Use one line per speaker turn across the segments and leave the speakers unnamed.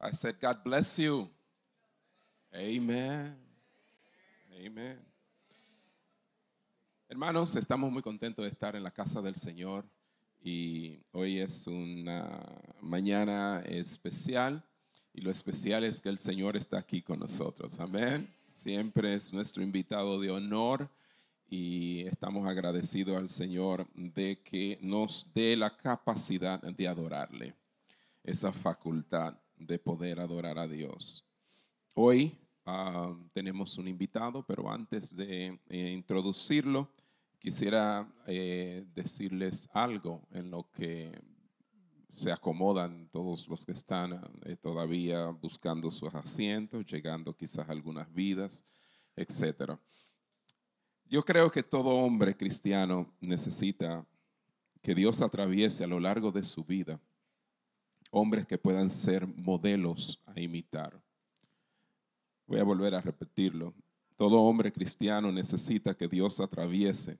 I said, God bless you. Amen. Amen. Hermanos, estamos muy contentos de estar en la casa del Señor y hoy es una mañana especial y lo especial es que el Señor está aquí con nosotros. Amén. Siempre es nuestro invitado de honor y estamos agradecidos al Señor de que nos dé la capacidad de adorarle, esa facultad de poder adorar a Dios. Hoy ah, tenemos un invitado, pero antes de eh, introducirlo, quisiera eh, decirles algo en lo que se acomodan todos los que están eh, todavía buscando sus asientos, llegando quizás a algunas vidas, etcétera. Yo creo que todo hombre cristiano necesita que Dios atraviese a lo largo de su vida hombres que puedan ser modelos a imitar. Voy a volver a repetirlo. Todo hombre cristiano necesita que Dios atraviese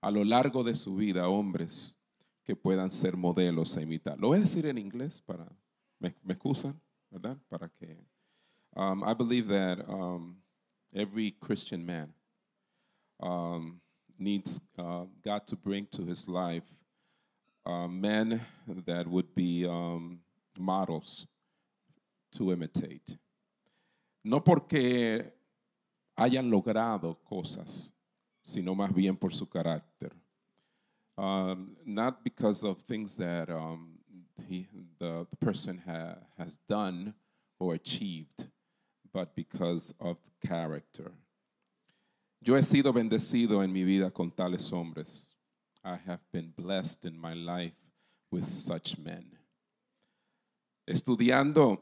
a lo largo de su vida hombres que puedan ser modelos a imitar. Lo voy a decir en inglés para, me, me excusan, ¿verdad? Para que, um, I believe that um, every Christian man um, needs uh, God to bring to his life uh, men that would be um, models to imitate. No porque hayan logrado cosas, sino más bien por su carácter. Um, not because of things that um, he, the, the person ha- has done or achieved, but because of character. Yo he sido bendecido en mi vida con tales hombres. I have been blessed in my life with such men. Estudiando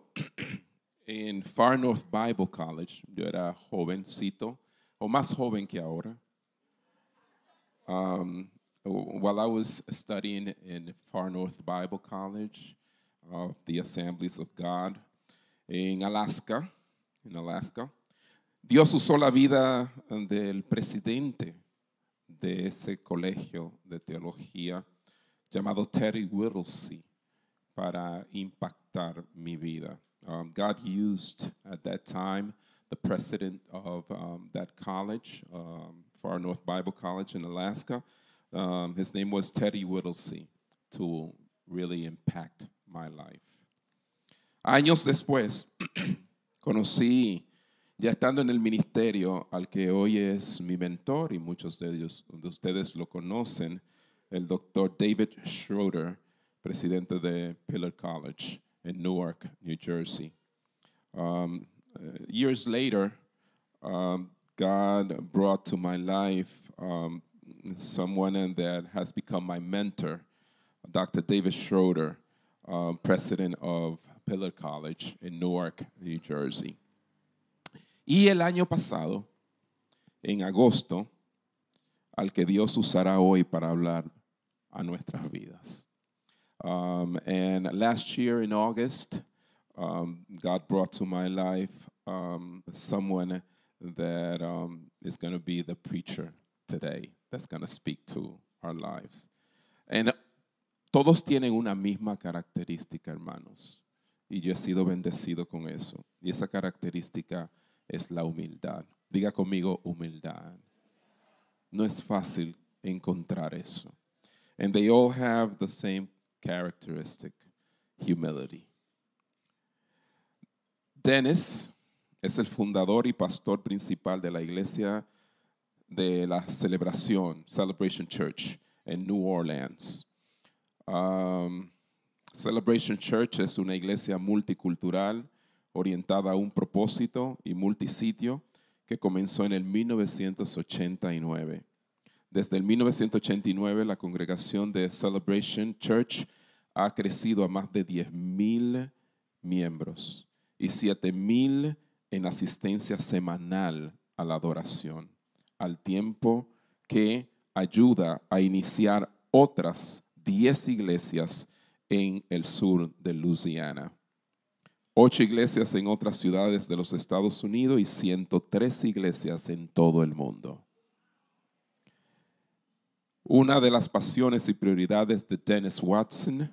en Far North Bible College, yo era jovencito, o más joven que ahora. Um, while I was studying in Far North Bible College of the Assemblies of God in Alaska, in Alaska, Dios usó la vida del presidente de ese colegio de teología llamado Terry Whittlesey para impactar mi vida. Um, God used at that time the president of um, that college, um, Far North Bible College in Alaska. Um, his name was Teddy Whittlesey to really impact my life. Años después, conocí ya estando en el ministerio, al que hoy es mi mentor y muchos de, ellos, de ustedes lo conocen, el doctor David Schroeder, presidente de Pillar College en Newark, New Jersey. Um, uh, years later, um, God brought to my life um, someone and that has become my mentor, Dr. David Schroeder, um, president of Pillar College in Newark, New Jersey. Y el año pasado, en agosto, al que Dios usará hoy para hablar a nuestras vidas. Um, and last year in August, um, God brought to my life um, someone that um, is going to be the preacher today that's going to speak to our lives. And todos tienen una misma característica, hermanos. Y yo he sido bendecido con eso. Y esa característica es la humildad. Diga conmigo humildad. No es fácil encontrar eso. And they all have the same characteristic, humility. Dennis es el fundador y pastor principal de la iglesia de la celebración, Celebration Church, en New Orleans. Um, Celebration Church es una iglesia multicultural orientada a un propósito y multisitio que comenzó en el 1989. Desde el 1989, la congregación de Celebration Church ha crecido a más de 10.000 miembros y 7.000 en asistencia semanal a la adoración, al tiempo que ayuda a iniciar otras 10 iglesias en el sur de Luisiana ocho iglesias en otras ciudades de los Estados Unidos y 103 iglesias en todo el mundo. Una de las pasiones y prioridades de Dennis Watson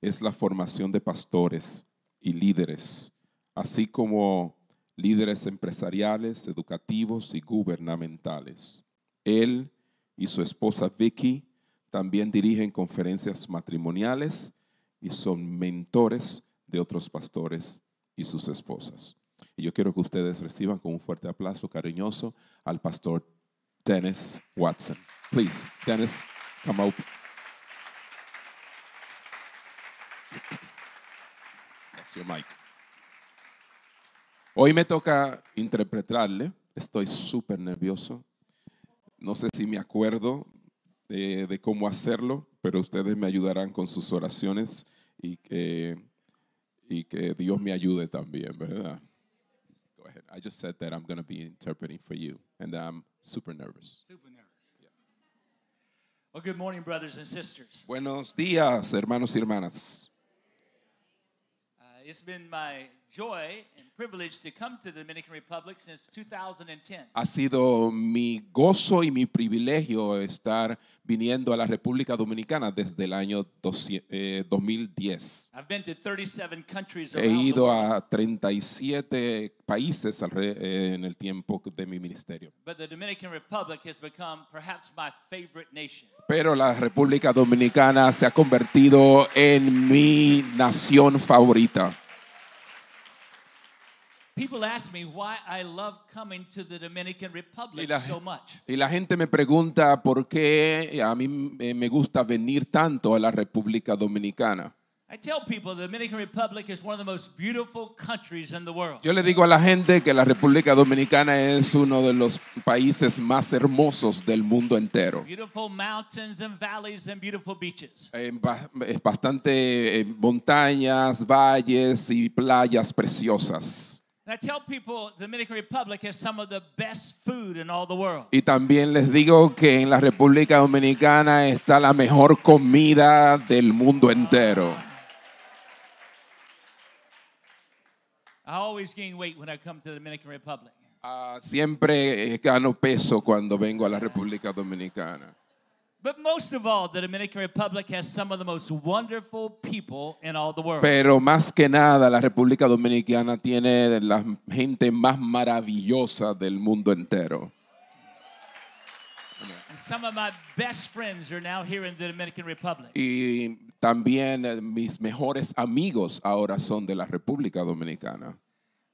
es la formación de pastores y líderes, así como líderes empresariales, educativos y gubernamentales. Él y su esposa Vicky también dirigen conferencias matrimoniales y son mentores de otros pastores y sus esposas. Y yo quiero que ustedes reciban con un fuerte aplauso cariñoso al pastor Dennis Watson. Please, Dennis, come out. That's your mic. Hoy me toca interpretarle. Estoy súper nervioso. No sé si me acuerdo eh, de, de cómo hacerlo, pero ustedes me ayudarán con sus oraciones y que, y que Dios me ayude también, ¿verdad? Go ahead. I just said that I'm going to be interpreting for you, and I'm super nervous.
Super nervous. Well, good morning, brothers and sisters.
Buenos días, hermanos y hermanas.
Uh, it's been my joy and privilege to come to the Dominican Republic since 2010.
Ha sido mi gozo y mi privilegio estar viniendo a la República Dominicana desde el año 200, eh, 2010.
I've been to 37 countries
He
around the
ido
world,
a 37 países alre- eh, en el tiempo de mi ministerio.
but the Dominican Republic has become perhaps my favorite nation.
Pero la República Dominicana se ha convertido en mi nación favorita.
People ask me why I love coming to the Dominican
Y
Republic
la-
so much.
Y la gente me pregunta por qué a mí eh, me gusta venir tanto a la República Dominicana.
I tell people the Dominican Republic is one of the most beautiful countries in the world.
Yo le digo a la gente que la República Dominicana es uno de los países más hermosos del mundo entero.
Beautiful mountains and valleys and beautiful beaches.
Eh, ba- Es bastante eh, montañas, valles y playas preciosas.
And I tell people the Dominican Republic has some of the best food in all the world.
Y también les digo que en la República Dominicana está la mejor comida del mundo entero.
I always gain weight when I come to the Dominican Republic.
Ah, siempre eh, gano peso cuando vengo a la República Dominicana.
But most of all, the Dominican Republic has some of the most wonderful people in all the world.
Pero más que nada, la República Dominicana tiene la gente más maravillosa del mundo entero.
And some of my best friends are now here in the Dominican Republic.
Y también eh, mis mejores amigos ahora son de la República Dominicana.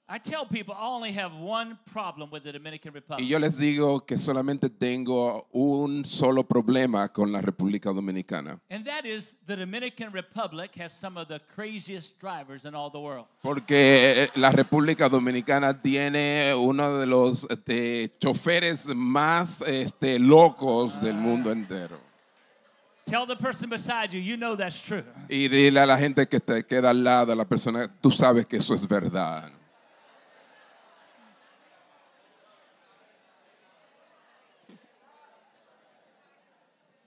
I tell people I only have one problem with the Dominican
Y
Republic.
yo les digo que solamente tengo un solo problema con la República Dominicana.
And that is the Dominican Republic has some of the craziest drivers in all the world.
Porque eh, la República Dominicana tiene uno de los este, choferes más este, locos del mundo entero.
Tell the person beside you, you know that's true.
Y dile a la gente que te queda al lado, a la persona, tú sabes que eso es verdad.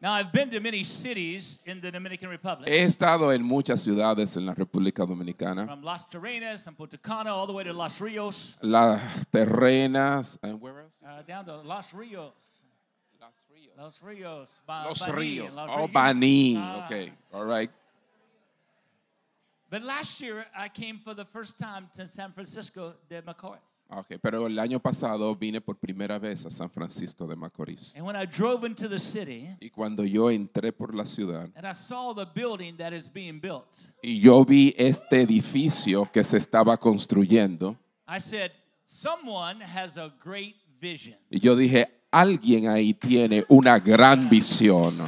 Now, I've been to many cities in the Dominican Republic,
He estado en muchas ciudades en la República Dominicana.
from Las Terrenas and Punta Cana all the way to Los Rios,
Las terrenas. and where else?
uh, down to Los Rios,
Los Ríos.
Los Rios, Ba-
Los
Baní,
Ríos.
Los
Oh,
Rios.
Baní.
Ah.
Ok, all right.
But last year, I came for the first time to San Francisco de Macorís.
Ok, pero el año pasado vine por primera vez a San Francisco de Macorís.
And when I drove into the city,
Y cuando yo entré por la ciudad
and I saw the building that is being built,
y yo vi este edificio que se estaba construyendo,
I said, Someone has a great vision.
y yo dije, alguien ahí tiene una gran visión.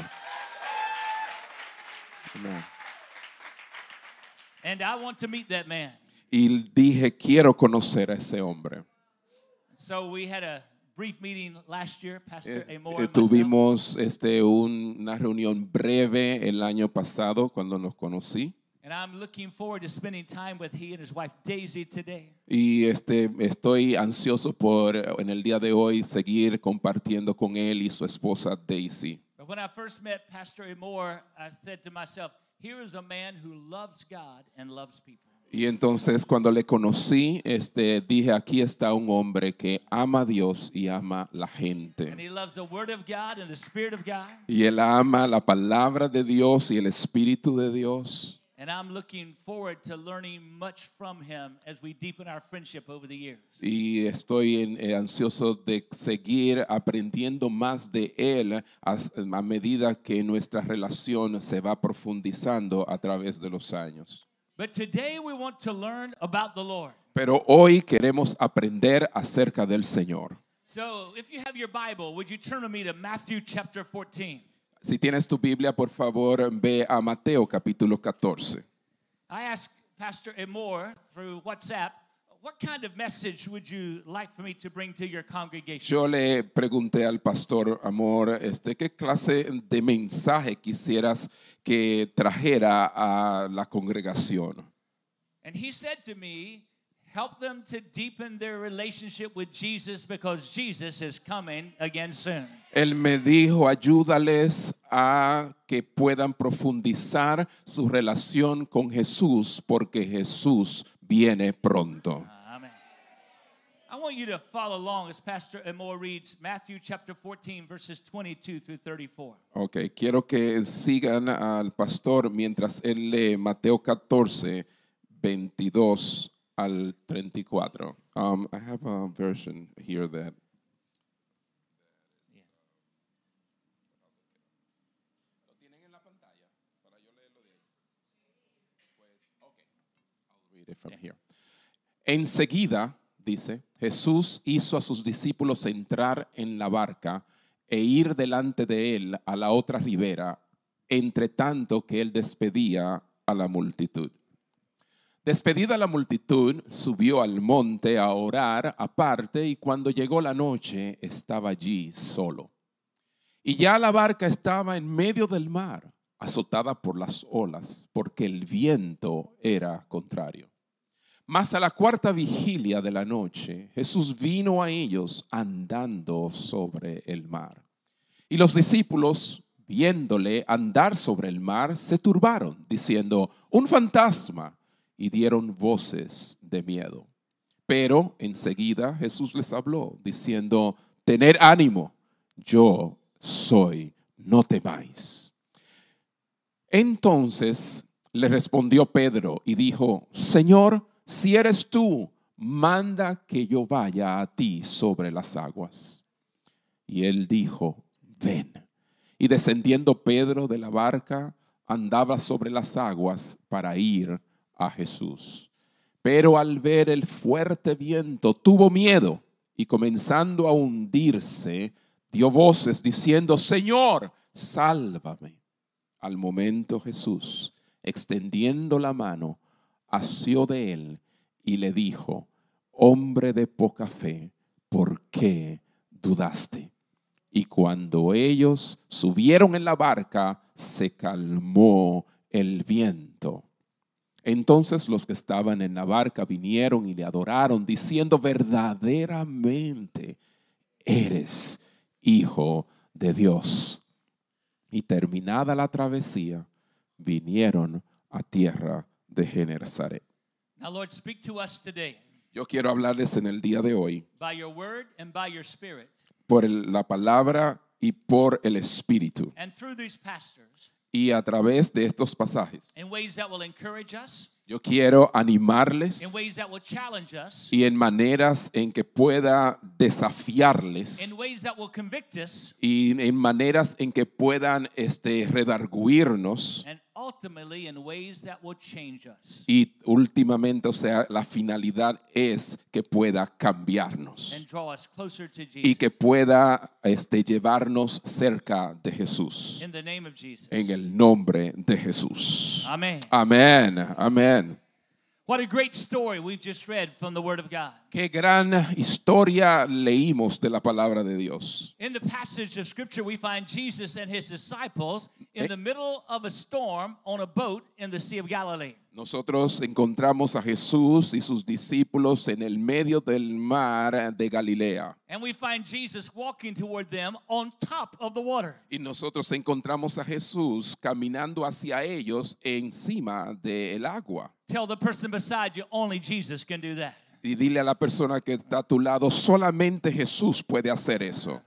Amén.
And I want to meet that man.
Y dije, quiero conocer a ese hombre.
So we had a brief meeting last year, Pastor
Eh,
Amor.
eh,
and myself.
tuvimos este, un- una reunión breve el año pasado cuando nos conocí.
And I'm looking forward to spending time with he and his wife Daisy today.
Y este, estoy ansioso por eh, en el día de hoy seguir compartiendo con él y su esposa Daisy.
But when I first met Pastor Amor, I said to myself, here is a man who loves God and loves people.
Y entonces cuando le conocí, este, dije, aquí está un hombre que ama a Dios y ama la
And
gente.
he loves the Word of God and the Spirit of God.
Y él ama la palabra de Dios y el Espíritu de Dios.
And And I'm looking forward to learning much from him as we deepen our friendship over the years.
Y estoy en- eh, ansioso de seguir aprendiendo más de Él a, a medida que nuestra relación se va profundizando a través de los años.
But today we want to learn about the Lord.
Pero hoy queremos aprender acerca del Señor.
So if you have your Bible, would you turn with me to Matthew chapter 14?
Si tienes tu Biblia, por favor, ve a Mateo capítulo 14.
I asked Pastor Amor through WhatsApp, what kind of message would you like for me to bring to your congregation?
Yo le pregunté al pastor Amor, este, ¿qué clase de mensaje quisieras que trajera a la congregación?
And he said to me, help them to deepen their relationship with Jesus because Jesus is coming again soon.
Él me dijo, ayúdales a que puedan profundizar su relación con Jesús, porque Jesús viene pronto.
Amen. I want you to follow along as Pastor Amor reads Matthew chapter 14, verses 22 through 34.
Ok, quiero que sigan al pastor mientras él lee Mateo 14, 22 al 34. Um, I have a version here that Pues, read it from here. Enseguida, dice, Jesús hizo a sus discípulos entrar en la barca e ir delante de él a la otra ribera, entre tanto que él despedía a la multitud. Despedida la multitud, subió al monte a orar aparte y cuando llegó la noche estaba allí solo. Y ya la barca estaba en medio del mar, azotada por las olas, porque el viento era contrario. Mas a la cuarta vigilia de la noche, Jesús vino a ellos andando sobre el mar. Y los discípulos, viéndole andar sobre el mar, se turbaron, diciendo, un fantasma, y dieron voces de miedo. Pero enseguida Jesús les habló, diciendo, tener ánimo, yo soy, no temáis. Entonces le respondió Pedro y dijo, Señor, si eres tú, manda que yo vaya a ti sobre las aguas. Y él dijo, ven. Y descendiendo Pedro de la barca, andaba sobre las aguas para ir a Jesús. Pero al ver el fuerte viento, tuvo miedo y comenzando a hundirse, dio voces diciendo, Señor, sálvame. Al momento Jesús, extendiendo la mano, asió de él y le dijo, hombre de poca fe, ¿por qué dudaste? Y cuando ellos subieron en la barca, se calmó el viento. Entonces los que estaban en la barca vinieron y le adoraron, diciendo, verdaderamente eres hijo de Dios. Y terminada la travesía, vinieron a tierra de Genezaret.
Now, Lord, speak to us today
Yo quiero hablarles en el día de hoy
by your word and by your spirit
por el- la palabra y por el Espíritu
and through these pastors
y a través de estos pasajes.
in ways that will encourage us,
Yo quiero animarles
in ways that will challenge us,
y en maneras en que pueda desafiarles
in ways that will convict us,
y en maneras en que puedan este, redarguirnos
and ultimately in ways that will change us.
y últimamente, o sea, la finalidad es que pueda cambiarnos
and draw us closer to
y
Jesus.
que pueda este, llevarnos cerca de Jesús.
In the name of Jesus.
En el nombre de Jesús.
Amen.
Amén, amén.
What a great story we've just read from the Word of God.
Qué gran historia leímos de la palabra de Dios.
In the passage of Scripture, we find Jesus and his disciples in
Eh.
the middle of a storm on a boat in the Sea of Galilee.
Nosotros encontramos a Jesús y sus discípulos en el medio del mar de Galilea.
And we find Jesus walking toward them on top of the water.
Y nosotros encontramos a Jesús caminando hacia ellos encima del agua.
Tell the person beside you, only Jesus can do that.
Y dile a la persona que está a tu lado, solamente Jesús puede hacer eso.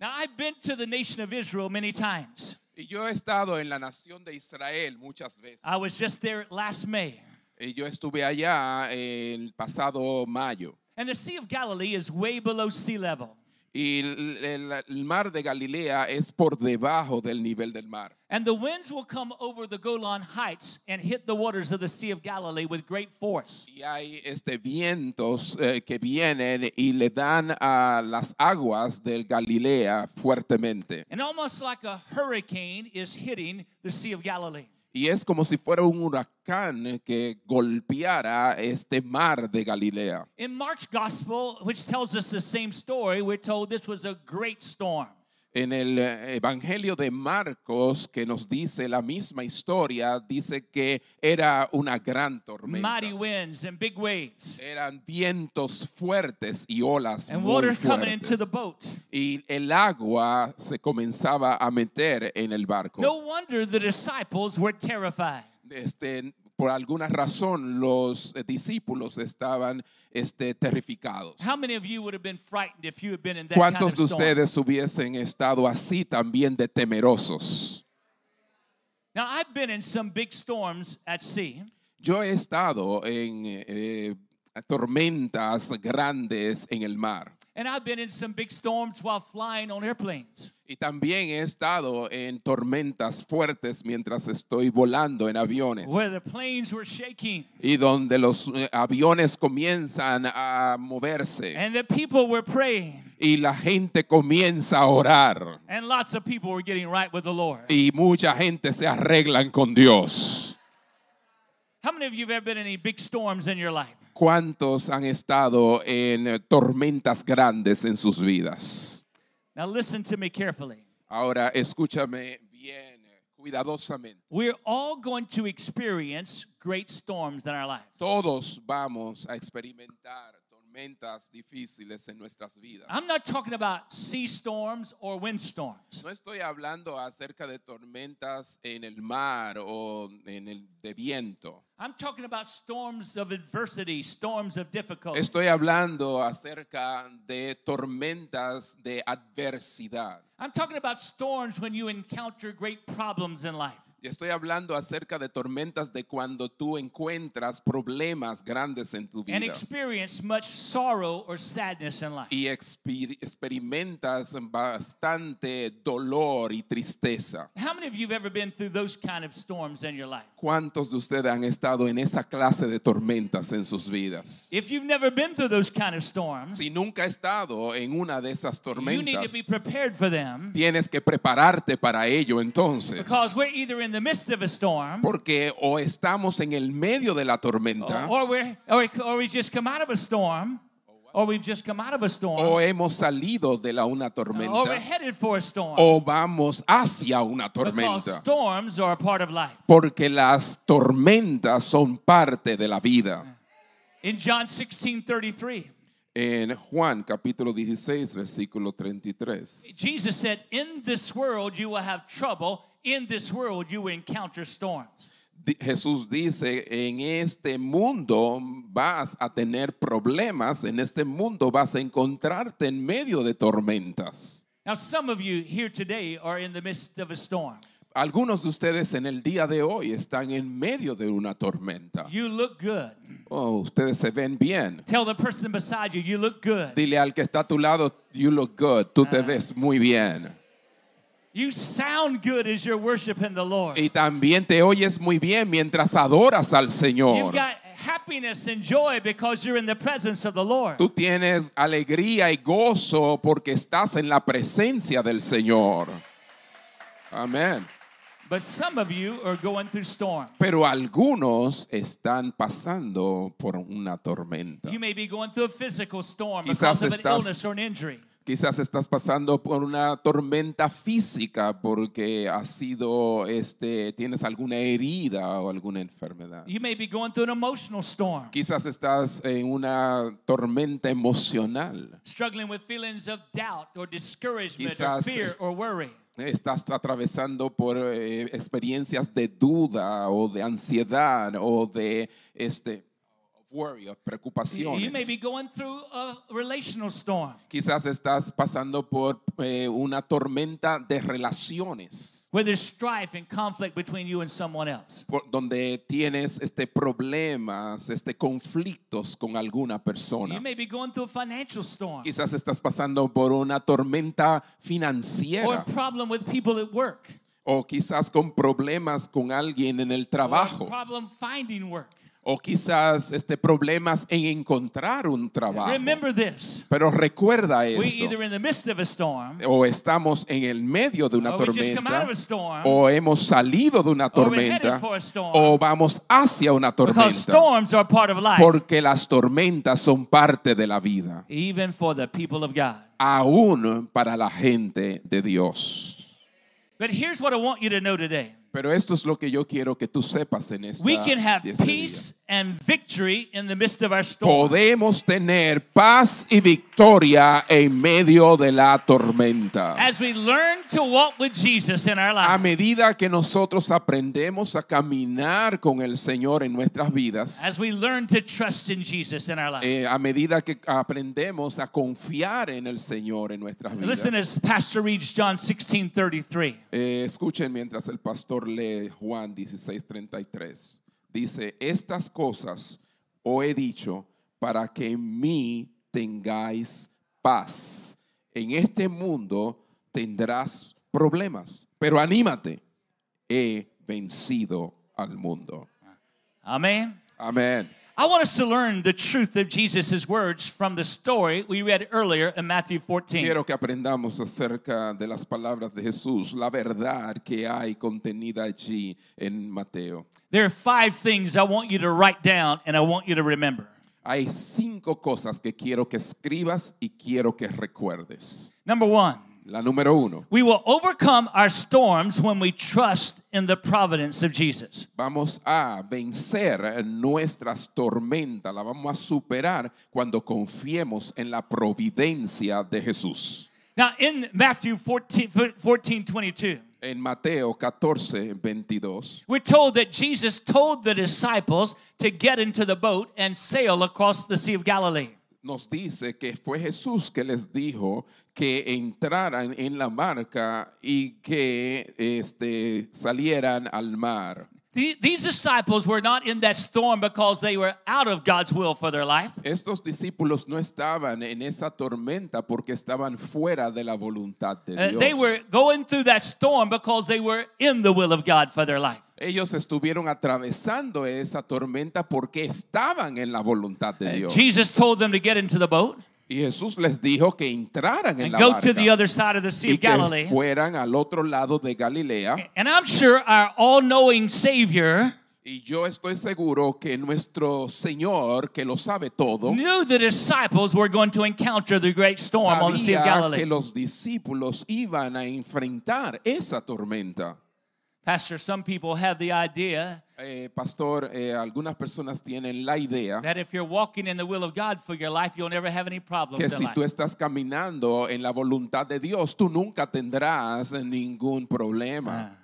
Now, I've been to the nation of Israel many times.
Y yo he estado en la nación de Israel muchas veces.
I was just there last May.
Y yo estuve allá eh, el pasado mayo.
And the Sea of Galilee is way below sea level.
Y el, el- el mar de Galilea es por debajo del nivel del mar.
And the winds will come over the Golan Heights and hit the waters of the Sea of Galilee with great force.
Y hay este, vientos eh, que vienen y le dan a las aguas del Galilea fuertemente.
And almost like a hurricane is hitting the Sea of Galilee.
Y es como si fuera un huracán que golpeara este mar de Galilea.
In Mark's gospel, which tells us the same story, we're told this was a great storm.
En el eh, Evangelio de Marcos, que nos dice la misma historia, dice que era una gran tormenta.
Mighty winds and big waves
Eran vientos fuertes y olas
and
muy
water coming into
fuertes.
the boat.
y el agua se comenzaba a meter en el barco.
No wonder the disciples were terrified.
Este, por alguna razón los eh, discípulos estaban este, terrificados.
How many of you would have been frightened if you had been in that kind
¿Cuántos
of
de
storm?
ustedes hubiesen estado así también de temerosos?
Now, I've been in some big storms at sea,
Yo he estado en eh, tormentas grandes en el mar
and I've been in some big storms while flying on airplanes.
y también he estado en tormentas fuertes mientras estoy volando en aviones.
where the planes were shaking
y donde los eh, aviones comienzan a moverse
and the people were praying
y la gente comienza a orar
and lots of people were getting right with the Lord.
y mucha gente se arreglan con Dios.
How many of you have ever been in any big storms in your life?
¿Cuántos han estado en eh, tormentas grandes en sus vidas?
Now listen to me carefully.
Ahora escúchame bien, eh, cuidadosamente.
We're all going to experience great storms in our lives.
Todos vamos a experimentar tormentas difíciles en nuestras vidas.
I'm not talking about sea storms or wind storms.
No estoy hablando acerca de tormentas en el mar o en el de viento.
I'm talking about storms of adversity, storms of difficulty.
Estoy hablando acerca de tormentas de adversidad.
I'm talking about storms when you encounter great problems in life.
Y Estoy hablando acerca de tormentas de cuando tú encuentras problemas grandes en tu
and
vida
experience much sorrow or sadness in life.
y expi- experimentas bastante dolor y tristeza.
How many of you have ever been through those kind of storms in your life?
¿Cuántos de ustedes han estado en esa clase de tormentas en sus vidas?
If you've never been through those kind of storms,
Si nunca has estado en una de esas
you need to
tormentas,
be prepared for them
tienes que prepararte para ello entonces.
because we're either in the midst of a storm
Porque o estamos en el medio de la tormenta
or, we're, or, or we just come out of a storm or we've just come out of a
o
storm
hemos salido de la una
or we're
tormenta
headed for a storm
o vamos hacia una
because
tormenta.
storms are a part of life.
Porque las tormentas son parte de la vida.
In John 16 33,
En Juan capítulo 16, versículo 33.
Jesus said, In this world you will have trouble. In this world you will encounter storms.
Di- Jesús dice, en este mundo vas a tener problemas, en este mundo vas a encontrarte en medio de tormentas.
Now, some of you here today are in the midst of a storm.
Algunos de ustedes en el día de hoy están en medio de una tormenta.
You look good.
Oh, ustedes se ven bien.
Tell the person beside you, you look good.
Dile al que está a tu lado, you look good, tú te ves muy bien.
You sound good as you're worshiping the Lord.
Y también te oyes muy bien mientras adoras al
You've
Señor.
got happiness and joy because you're in the presence of the Lord.
Tú tienes alegría y gozo porque estás en la presencia del Señor. Amén.
But some of you are going through storms.
Pero algunos están pasando por una tormenta.
You may be going through a physical storm
Quizás
because of an
estás-
illness or an injury.
Quizás estás pasando por una tormenta física porque has sido, este, tienes alguna herida o alguna enfermedad.
You may be going through an emotional storm,
Quizás estás en una tormenta emocional.
struggling with feelings of doubt or discouragement or
Quizás
fear
es-
or worry.
estás atravesando por eh, experiencias de duda o de ansiedad o de este euforia,
You may
preocupaciones.
be going through a relational storm
Quizás estás pasando por eh, una tormenta de relaciones,
where there's strife and conflict between you and someone else.
por- donde tienes este, problemas, este, conflictos con alguna
You
persona.
may be going through a financial storm
Quizás estás pasando por una tormenta
or a
financiera
problem with people at work,
o quizás con problemas con alguien en el
or a
trabajo
problem finding work.
o quizás este, problemas en encontrar un trabajo.
Remember this.
Pero recuerda
We're
esto.
either in the midst of a storm,
O estamos en el medio de una
or Oh, we just come out
tormenta
of a storm,
o hemos salido de una
or we're headed
tormenta
for a storm.
o vamos hacia una
Because
tormenta
storms are part of life,
porque las tormentas son parte de la vida
even for the people of God.
aún para la gente de Dios
But here's what I want you to know today
pero esto es lo que yo quiero que tú sepas en esta
we can have
este día.
peace and victory in the midst of our storm.
podemos tener paz y victoria en medio de la tormenta
As we learn to walk with Jesus in our
a
lives,
medida que nosotros aprendemos a caminar con el Señor en nuestras vidas
as we learn to trust in Jesus in our lives.
eh, a medida que aprendemos a confiar en el Señor en nuestras vidas.
Listen as Pastor reads John 16 33.
Eh, escuchen mientras el pastor lee Juan 16:33. Dice, estas cosas os he dicho para que en mí tengáis paz. En este mundo tendrás problemas, pero anímate, he vencido al mundo.
Amen.
Amén.
I want us to learn the truth of Jesus' words from the story we read earlier in Matthew 14.
Quiero que aprendamos acerca de las palabras de Jesús, la verdad que hay contenida allí en Mateo.
There are five things I want you to write down and I want you to remember.
Hay cinco cosas que quiero que escribas y quiero que recuerdes.
Number one,
La número uno,
we will overcome our storms when we trust in the providence of Jesus.
vamos a vencer nuestras tormentas, la vamos a superar cuando confiemos en la providencia de Jesús.
Now, in Matthew 14, 14 22,
En Mateo 14, 22,
we're told that Jesus told the disciples to get into the boat and sail across the Sea of Galilee.
nos dice que fue Jesús que les dijo que entraran en la barca y que este, salieran al mar.
The- These disciples were not in that storm because they were out of God's will for their life. Uh,
Estos discípulos no estaban en esa tormenta porque estaban fuera de la voluntad de
Uh,
Dios.
they were going through that storm because they were in the will of God for their life.
Ellos estuvieron atravesando esa tormenta porque estaban en la voluntad
Eh,
de Dios.
Jesus told them to get into the boat
Y Jesús les dijo que entraran en
and
la
go to the
barca
other side of the Sea
y
of
que
Galilee. Eh.
fueran al otro lado de Galilea.
And I'm sure our all knowing Savior
Y yo estoy seguro que nuestro Señor, que lo sabe todo,
knew the disciples were going to encounter the great storm on the Sea of
sabía que
Galilee.
los discípulos iban a enfrentar esa tormenta.
Pastor, some people have the idea
Eh, pastor, eh, algunas personas tienen la idea
that if you're walking in the will of God for your life, you'll never have any
que
problems in
si tú
life.
estás caminando en la voluntad de Dios, tú nunca tendrás ningún problema.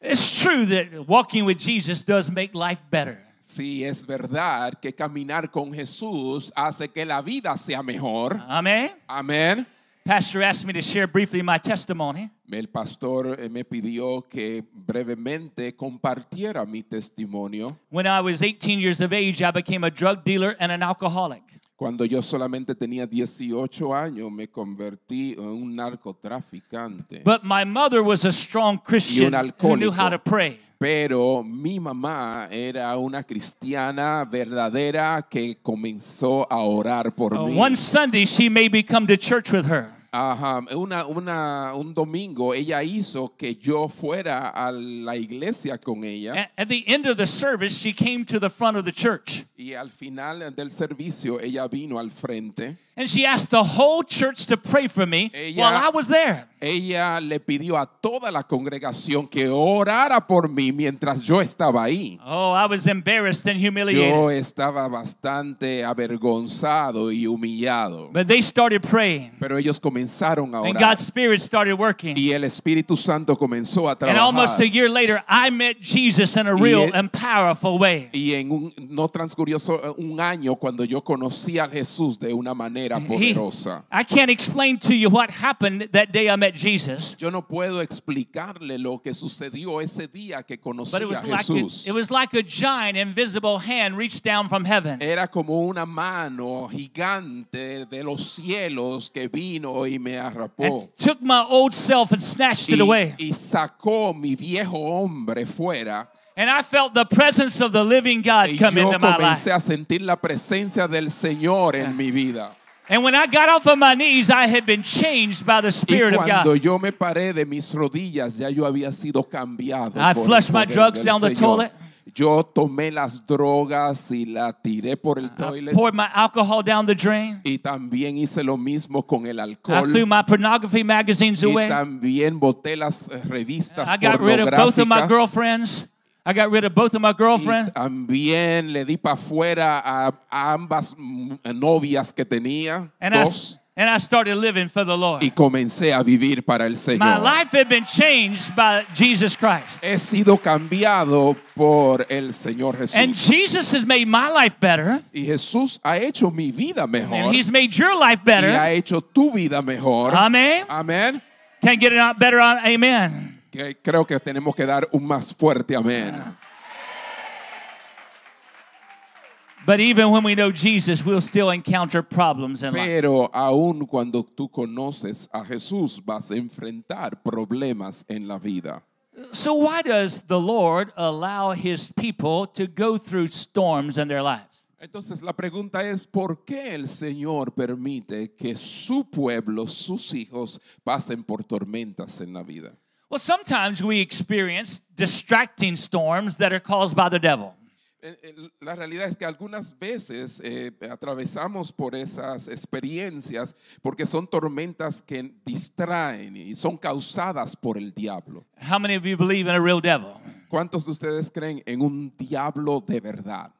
It's true that walking with Jesus does make life better.
Sí, es verdad que caminar con Jesús hace que la vida sea mejor.
Amen.
Amén.
Pastor asked me to share briefly my testimony.
El pastor eh, me pidió que brevemente compartiera mi testimonio.
When I was 18 years of age, I became a drug dealer and an alcoholic.
Cuando yo solamente tenía 18 años, me convertí en un narcotraficante.
But my mother was a strong Christian who knew
alcohólico.
how to pray.
Pero mi mamá era una cristiana verdadera que comenzó a orar por
Uh,
mí.
one Sunday, she made me come to church with her.
Ajá, una- una- un domingo ella hizo que yo fuera a la iglesia con ella
A- At the end of the service, she came to the front of the church.
y al final del servicio ella vino al frente
And she asked the whole church to pray for me
Ella-
while I was there.
Ella le pidió a toda la congregación que orara por mí mientras yo estaba ahí.
Oh, I was embarrassed and humiliated.
Yo estaba bastante avergonzado y humillado.
But they started praying,
Pero ellos comenzaron a
and
orar.
God's Spirit started working.
Y el Espíritu Santo comenzó a
And almost a
trabajar.
year later, I met Jesus in a real
e-
and powerful way.
Y en un, no transcurrió so- un año cuando yo conocí a Jesús de una manera
He-
poderosa.
I can't explain to you what happened that day I met Jesus,
Yo no puedo explicarle lo que sucedió ese día que conocí
but it
a
was like a,
Jesús.
it was like a giant invisible hand reached down from heaven.
Era como una mano gigante de los cielos que vino y me arrapó.
and took my old self and snatched it away.
Oh. Y, y sacó mi viejo hombre fuera.
And I felt the presence of the living God
Y
come
yo
into my life.
comencé a sentir la presencia del Señor en mi vida.
And when I got off of my knees, I had been changed by the
Y
Spirit of
cuando
God.
yo me paré de mis rodillas, ya yo había sido cambiado.
I
por el
flushed my
poder
drugs
del
down the
Señor.
toilet.
Yo tomé las drogas y la tiré por el
I
toilet.
poured my alcohol down the drain.
Y también hice lo mismo con el
I threw
alcohol.
my pornography magazines
Y
away.
también boté las eh, revistas
I got rid of both of my
pornográficas.
girlfriends. I got rid of both of my
Y
girlfriends.
también le di para afuera a, a ambas mm, novias que tenía.
And I, s-
dos,
and I started living for the Lord.
y comencé a vivir para el
My
Señor.
life had been changed by Jesus Christ.
He sido cambiado por el Señor Jesús.
And Jesus has made my life better.
y Jesús ha hecho mi vida mejor.
And he's made your life
y Ah. ha
better.
hecho tu vida mejor.
Amen.
Amén.
Can't get it out better. uh, Amen.
Que creo que tenemos que dar un más fuerte amén.
But even when we know Jesus, we'll still encounter problems in life.
Pero aun cuando tú conoces a Jesús, vas a enfrentar problemas en la vida.
So, why does the Lord allow his people to go through storms in their lives?
Entonces la pregunta es, ¿por qué el Señor permite que su pueblo, sus hijos, pasen por tormentas en la vida?
Well, sometimes we experience distracting storms that are caused by the devil.
Eh, eh, La realidad es que algunas veces eh, atravesamos por esas experiencias porque son tormentas que distraen y son causadas por el diablo.
How many of you believe in a real devil?
¿Cuántos de ustedes creen en un diablo de verdad?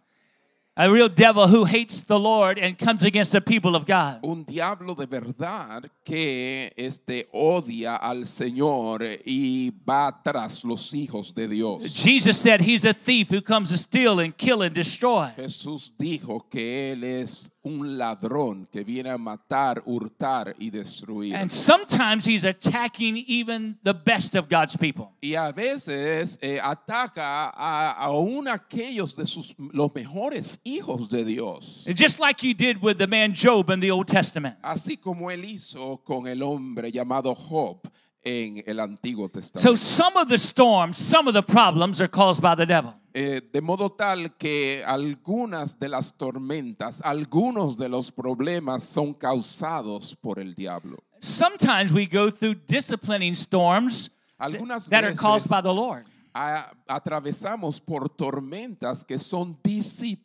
A real devil who hates the Lord and comes against the people of God.
Un diablo de verdad que este, odia al Señor y va tras los hijos de Dios.
Jesus said he's a thief who comes to steal and kill and destroy.
Jesús dijo que Él es un ladrón que viene a matar, hurtar y destruir.
And sometimes he's attacking even the best of God's people.
Y a veces eh, ataca a aún aquellos de sus los mejores hijos de Dios.
Just like he did with the man Job in the Old Testament.
Así como él hizo con el hombre llamado Job en el Antiguo
So
Testamento.
some of the storms, some of the problems are caused by the devil.
Eh, de modo tal que algunas de las tormentas, algunos de los problemas son causados por el diablo.
Sometimes we go through disciplining storms
Algunas
that are
veces
caused by the Lord.
a- atravesamos por tormentas que son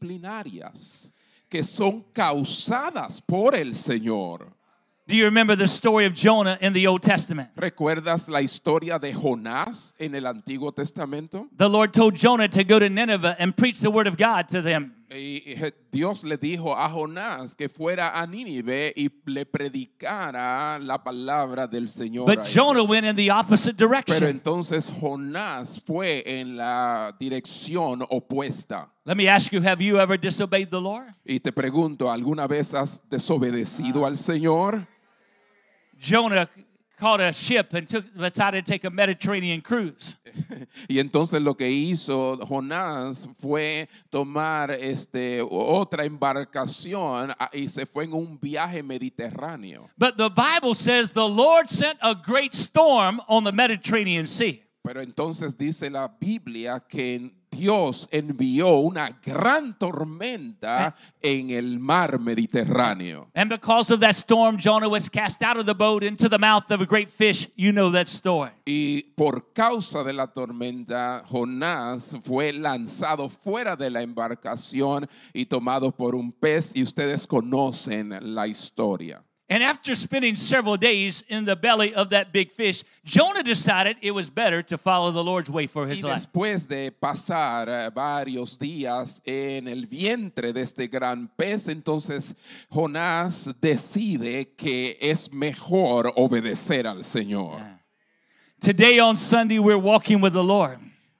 disciplinarias, que son causadas por el Señor.
Do you remember the story of Jonah in the Old Testament?
¿Recuerdas la historia de Jonás en el Antiguo Testamento?
The Lord told Jonah to go to Nineveh and preach the word of God to them.
Y je- Dios le dijo a Jonás que fuera a Nínive y le predicara la palabra del Señor. a
But
ellos.
Jonah went in the opposite
Pero
direction.
entonces Jonás fue en la dirección opuesta.
Let me ask you have you ever disobeyed the Lord?
Y te pregunto, ¿alguna vez has desobedecido al Señor?
Jonah caught a ship and took, decided to take a Mediterranean cruise.
Y entonces lo que hizo Jonás fue tomar este, otra embarcación ah, y se fue en un viaje mediterráneo.
But the Bible says the Lord sent a great storm on the Mediterranean Sea.
Pero entonces dice la Biblia que Dios envió una gran tormenta en el mar Mediterráneo.
And because of that storm, Jonah was cast out of the boat into the mouth of a great fish. You know that story.
Y por causa de la tormenta, Jonás fue lanzado fuera de la embarcación y tomado por un pez. Y ustedes conocen la historia.
And after spending several days in the belly of that big fish, Jonah decided it was better to follow the Lord's way for
Y
his life.
después de pasar eh, varios días en el vientre de este gran pez, entonces Jonás decide que es mejor obedecer al Señor.
Ah. Today on Sunday, we're walking with the Lord.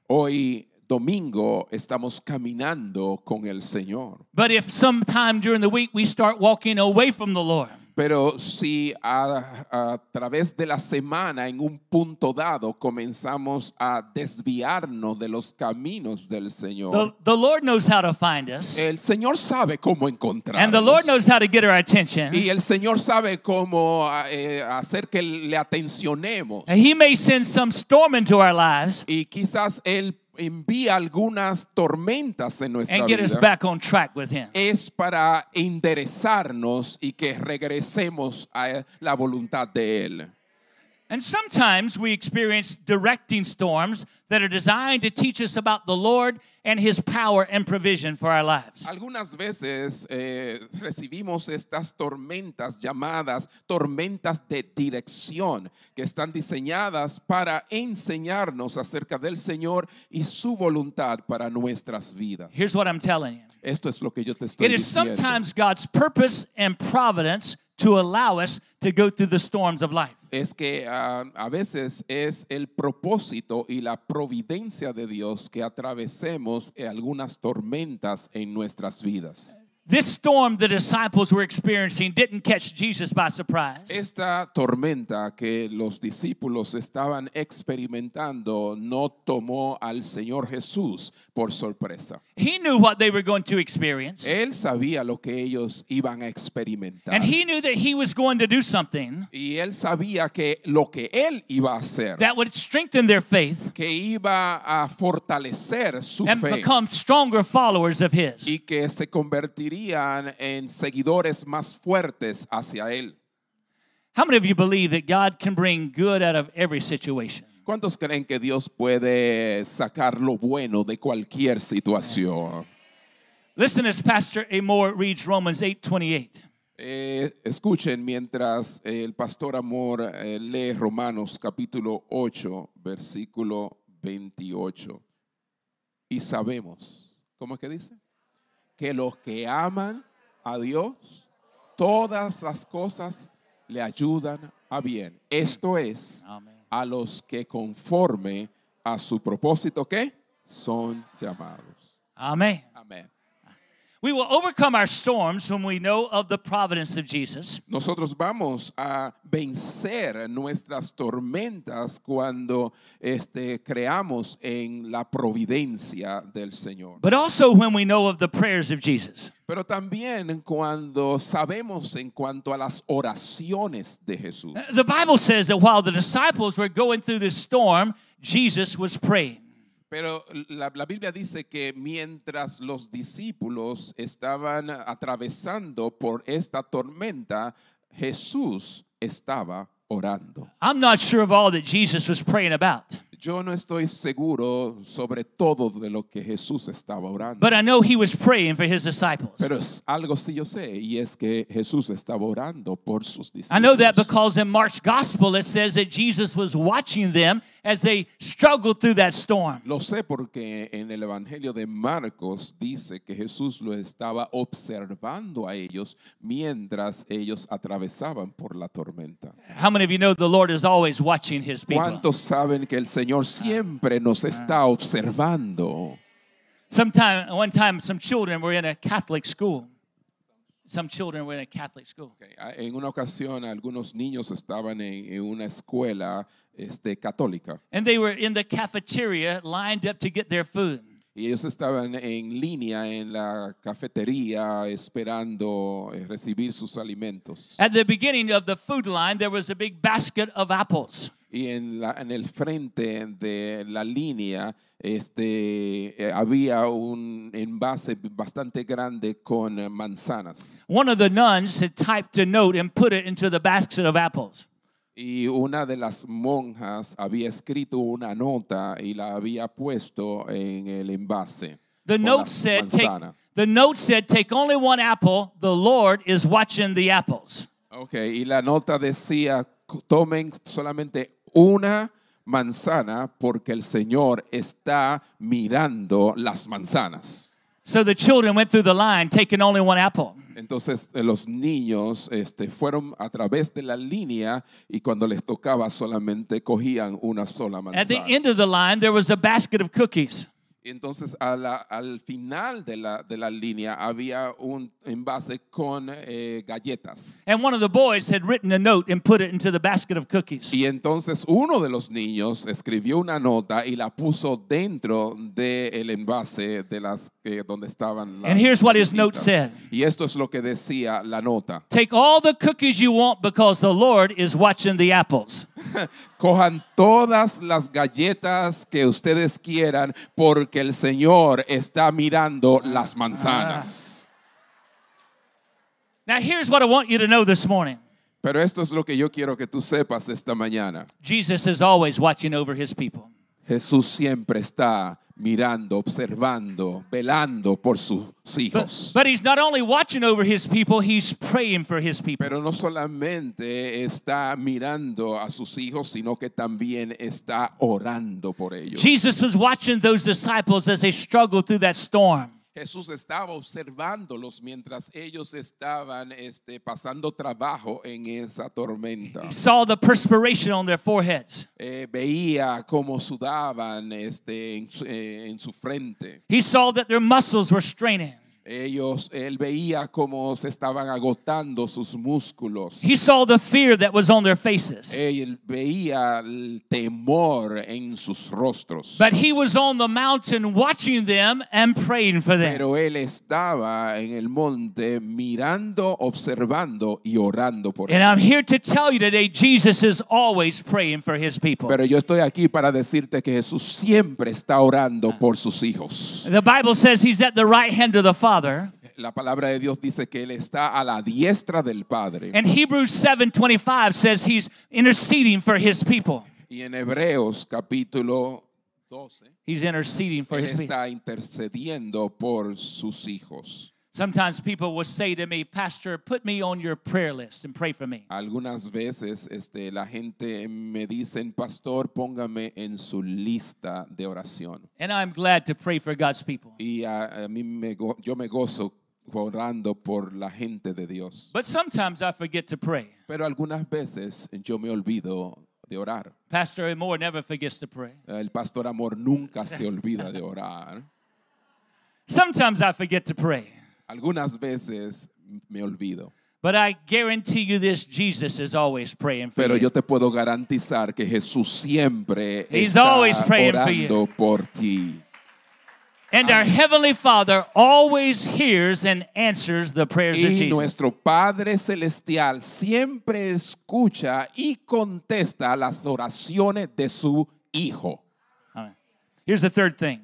Hoy domingo estamos caminando con el Señor,
But if sometime during the week we start walking away from the Lord,
pero si a, a través de la semana en un punto dado comenzamos a desviarnos de los caminos del
the,
Señor,
the Lord knows how to find us,
el Señor sabe cómo encontrarnos.
and the Lord knows how to get our attention.
Y el Señor sabe cómo eh, hacer que le atencionemos.
And He may send some storm into our lives
Y quizás Él envía algunas tormentas en nuestra
and get us
vida.
back on track with Him.
Es para enderezarnos y que regresemos a la voluntad de Él.
And sometimes we experience directing storms that are designed to teach us about the Lord and His power and provision for our lives.
Algunas veces eh, recibimos estas tormentas llamadas tormentas de dirección, que están diseñadas para enseñarnos acerca del Señor y su voluntad para nuestras vidas.
Here's what I'm telling you
Esto es lo que yo te estoy
it is
diciendo.
sometimes God's purpose and providence to allow us to go through the storms of life.
Es que ah, a veces es el propósito y la providencia de Dios que atravesemos eh, algunas tormentas en nuestras vidas.
This storm the disciples were experiencing didn't catch Jesus by surprise.
Esta tormenta que los discípulos estaban experimentando no tomó al Señor Jesús por sorpresa.
He knew what they were going to experience,
Él sabía lo que ellos iban a experimentar.
and he knew that he was going to do something
y él sabía que lo que él iba a hacer,
that would strengthen their faith
que iba a fortalecer su
and
fe.
become stronger followers of his.
y que se convertirían en seguidores más fuertes hacia Él.
How many of you believe that God can bring good out of every situation?
¿Cuántos creen que Dios puede sacar lo bueno de cualquier situación?
Listen as Pastor Amor reads Romans 8:28.
Eh, escuchen mientras el pastor Amor eh, lee Romanos capítulo 8, versículo 28. Y sabemos, ¿cómo es que dice? Que los que aman a Dios, todas las cosas le ayudan a bien. Esto es,
Amén.
a los que conforme a su propósito, ¿qué? Son llamados.
Amen.
Amén.
We will overcome our storms when we know of the providence of Jesus.
Nosotros vamos a vencer nuestras tormentas cuando este, creamos en la providencia del Señor.
But also when we know of the prayers of Jesus.
Pero también cuando sabemos en cuanto a las oraciones de Jesús.
The Bible says that while the disciples were going through this storm, Jesus was praying.
Pero la, la Biblia dice que mientras los discípulos estaban atravesando por esta tormenta, Jesús estaba orando.
I'm not sure of all that Jesus was praying about,
Yo no estoy seguro sobre todo de lo que Jesús estaba orando.
but I know he was praying for his disciples.
Pero es algo sí yo sé, y es que Jesús estaba orando por sus discípulos.
I know that because in Mark's gospel it says that Jesus was watching them as they struggled through that storm.
Lo sé porque en el Evangelio de Marcos dice que Jesús lo estaba observando a ellos mientras ellos atravesaban por la tormenta.
How many of you know the Lord is always watching his people?
¿Cuántos saben que el Señor siempre nos está observando?
Sometime, one time, some children were in a Catholic school. Some children were in a Catholic school.
En una ocasión algunos niños estaban en, en una escuela este, católica
And they were in the cafeteria lined up to get their food.
y Y ellos estaban en línea en la cafetería esperando eh, recibir sus alimentos.
At the beginning of the food line, there was a big basket of apples.
Y en, la- en el frente de la línea este, eh, había un envase bastante grande con eh, manzanas.
One of the nuns had typed a note and put it into the basket of apples.
Y una de las monjas había escrito una nota y la había puesto en el envase.
The
con
note
las
said, take,
manzanas.
the note said, take only one apple. The Lord is watching the apples.
Ok, y la nota decía, "C- tomen solamente una manzana porque el Señor está mirando las manzanas.
So the children went through the line taking only one apple.
Entonces eh, los niños este, fueron a través de la línea y cuando les tocaba solamente cogían una sola
At the
manzana.
end of the line, there was a basket of cookies.
Entonces a la- al final de la, de la línea había un envase con eh, galletas.
And one of the boys had written a note and put it into the basket of cookies.
Y entonces uno de los niños escribió una nota y la puso dentro del envase de las eh, donde estaban las
And here's what his note
galletitas.
said.
Y esto es lo que decía la nota.
Take all the cookies you want because the Lord is watching the apples.
Cojan todas las galletas que ustedes quieran porque el Señor está mirando las manzanas.
Now, here's what I want you to know this morning
Pero esto es lo que yo quiero que tú sepas esta mañana.
Jesus is always watching over his people.
Jesús siempre está mirando, observando, velando por sus hijos.
But he's not only watching over his people, he's praying for his people.
Pero no solamente está mirando a sus hijos, sino que también está orando por ellos.
Jesus was watching those disciples as they struggled through that storm.
Jesús estaba observándolos mientras ellos estaban este, pasando trabajo en esa tormenta.
He saw the perspiration on their foreheads.
Eh, veía cómo sudaban este, en su- eh, en su frente.
He saw that their muscles were straining.
Ellos, él veía cómo se estaban agotando sus músculos.
He saw the fear that was on their faces.
Él veía el temor en sus rostros.
But he was on the mountain watching them and praying for them.
Pero él estaba en el monte mirando, observando y orando por
And
él.
I'm here to tell you today, Jesus is always praying for his people.
Pero yo estoy aquí para decirte que Jesús siempre está orando
Ah.
por sus hijos.
The Bible says he's at the right hand of the Father.
La palabra de Dios dice que él está a la diestra del Padre.
And Hebrews 7:25 says he's interceding for his people.
Y en Hebreos capítulo 12,
He's interceding for
él
his people.
está intercediendo por sus hijos.
Sometimes people will say to me, Pastor, put me on your prayer list and pray for me.
Algunas veces este, la gente me dicen, pastor, póngame en su lista de oración.
And I'm glad to pray for God's people.
Y a, a mí me go- yo me gozo orando por la gente de Dios.
But sometimes I forget to pray.
Pero algunas veces yo me olvido de orar.
Pastor Moore never forgets to pray.
El pastor amor nunca se olvida de orar.
Sometimes I forget to pray.
Algunas veces me olvido.
But I guarantee you this Jesus is always praying for
Pero
you.
yo te puedo garantizar que Jesús siempre
He's
está
always praying for you.
orando por ti.
And our Heavenly Father always hears and answers the prayers of
Y
Jesus.
nuestro Padre Celestial siempre escucha y contesta las oraciones de su Hijo.
Amen. Here's the third thing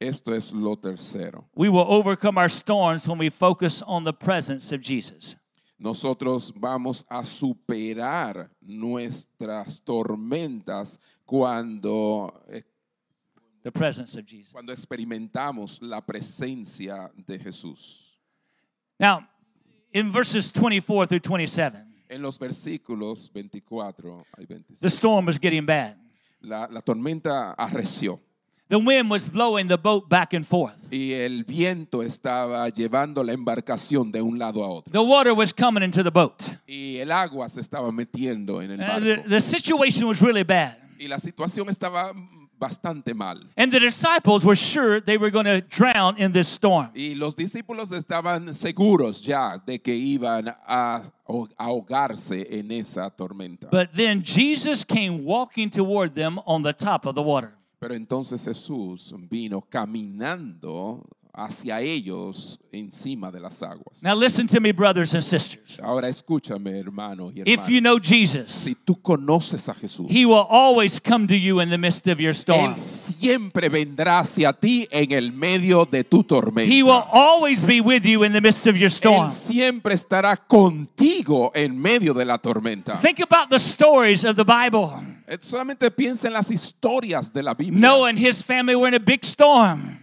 Esto es lo tercero.
we will overcome our storms when we focus on the presence of Jesus.
Nosotros vamos a superar nuestras tormentas cuando, eh,
The presence of Jesus.
cuando experimentamos la presencia de Jesús.
Now, in verses 24 through 27,
En los versículos 24 y 25,
the storm was getting bad.
la, la tormenta arreció
The wind was blowing the boat back and forth.
y el viento estaba llevando la embarcación de un lado a otro
The water was coming into the boat.
y el agua se estaba metiendo en el
Uh, the,
barco
the situation was really bad.
y la situación estaba mm, bastante mal.
And the disciples were sure they were going to drown in this storm.
Y los discípulos estaban seguros ya de que iban a aho- ahogarse en esa tormenta.
But then Jesus came walking toward them on the top of the water.
Pero entonces Jesús vino caminando hacia ellos encima de las aguas.
Now, listen to me, brothers and sisters.
Ahora escúchame, hermano y
If you
hermana.
know Jesus,
Si tú conoces a Jesús,
He will always come to you in the midst of your storm.
Él siempre vendrá hacia ti en el medio de tu
He will
tormenta.
always be with you in the midst of your
Él
storm.
siempre estará contigo en medio de la tormenta.
Think about the stories of the Bible.
Eh, Solamente piensa en las historias de la Biblia.
Noah and his family were in a big storm.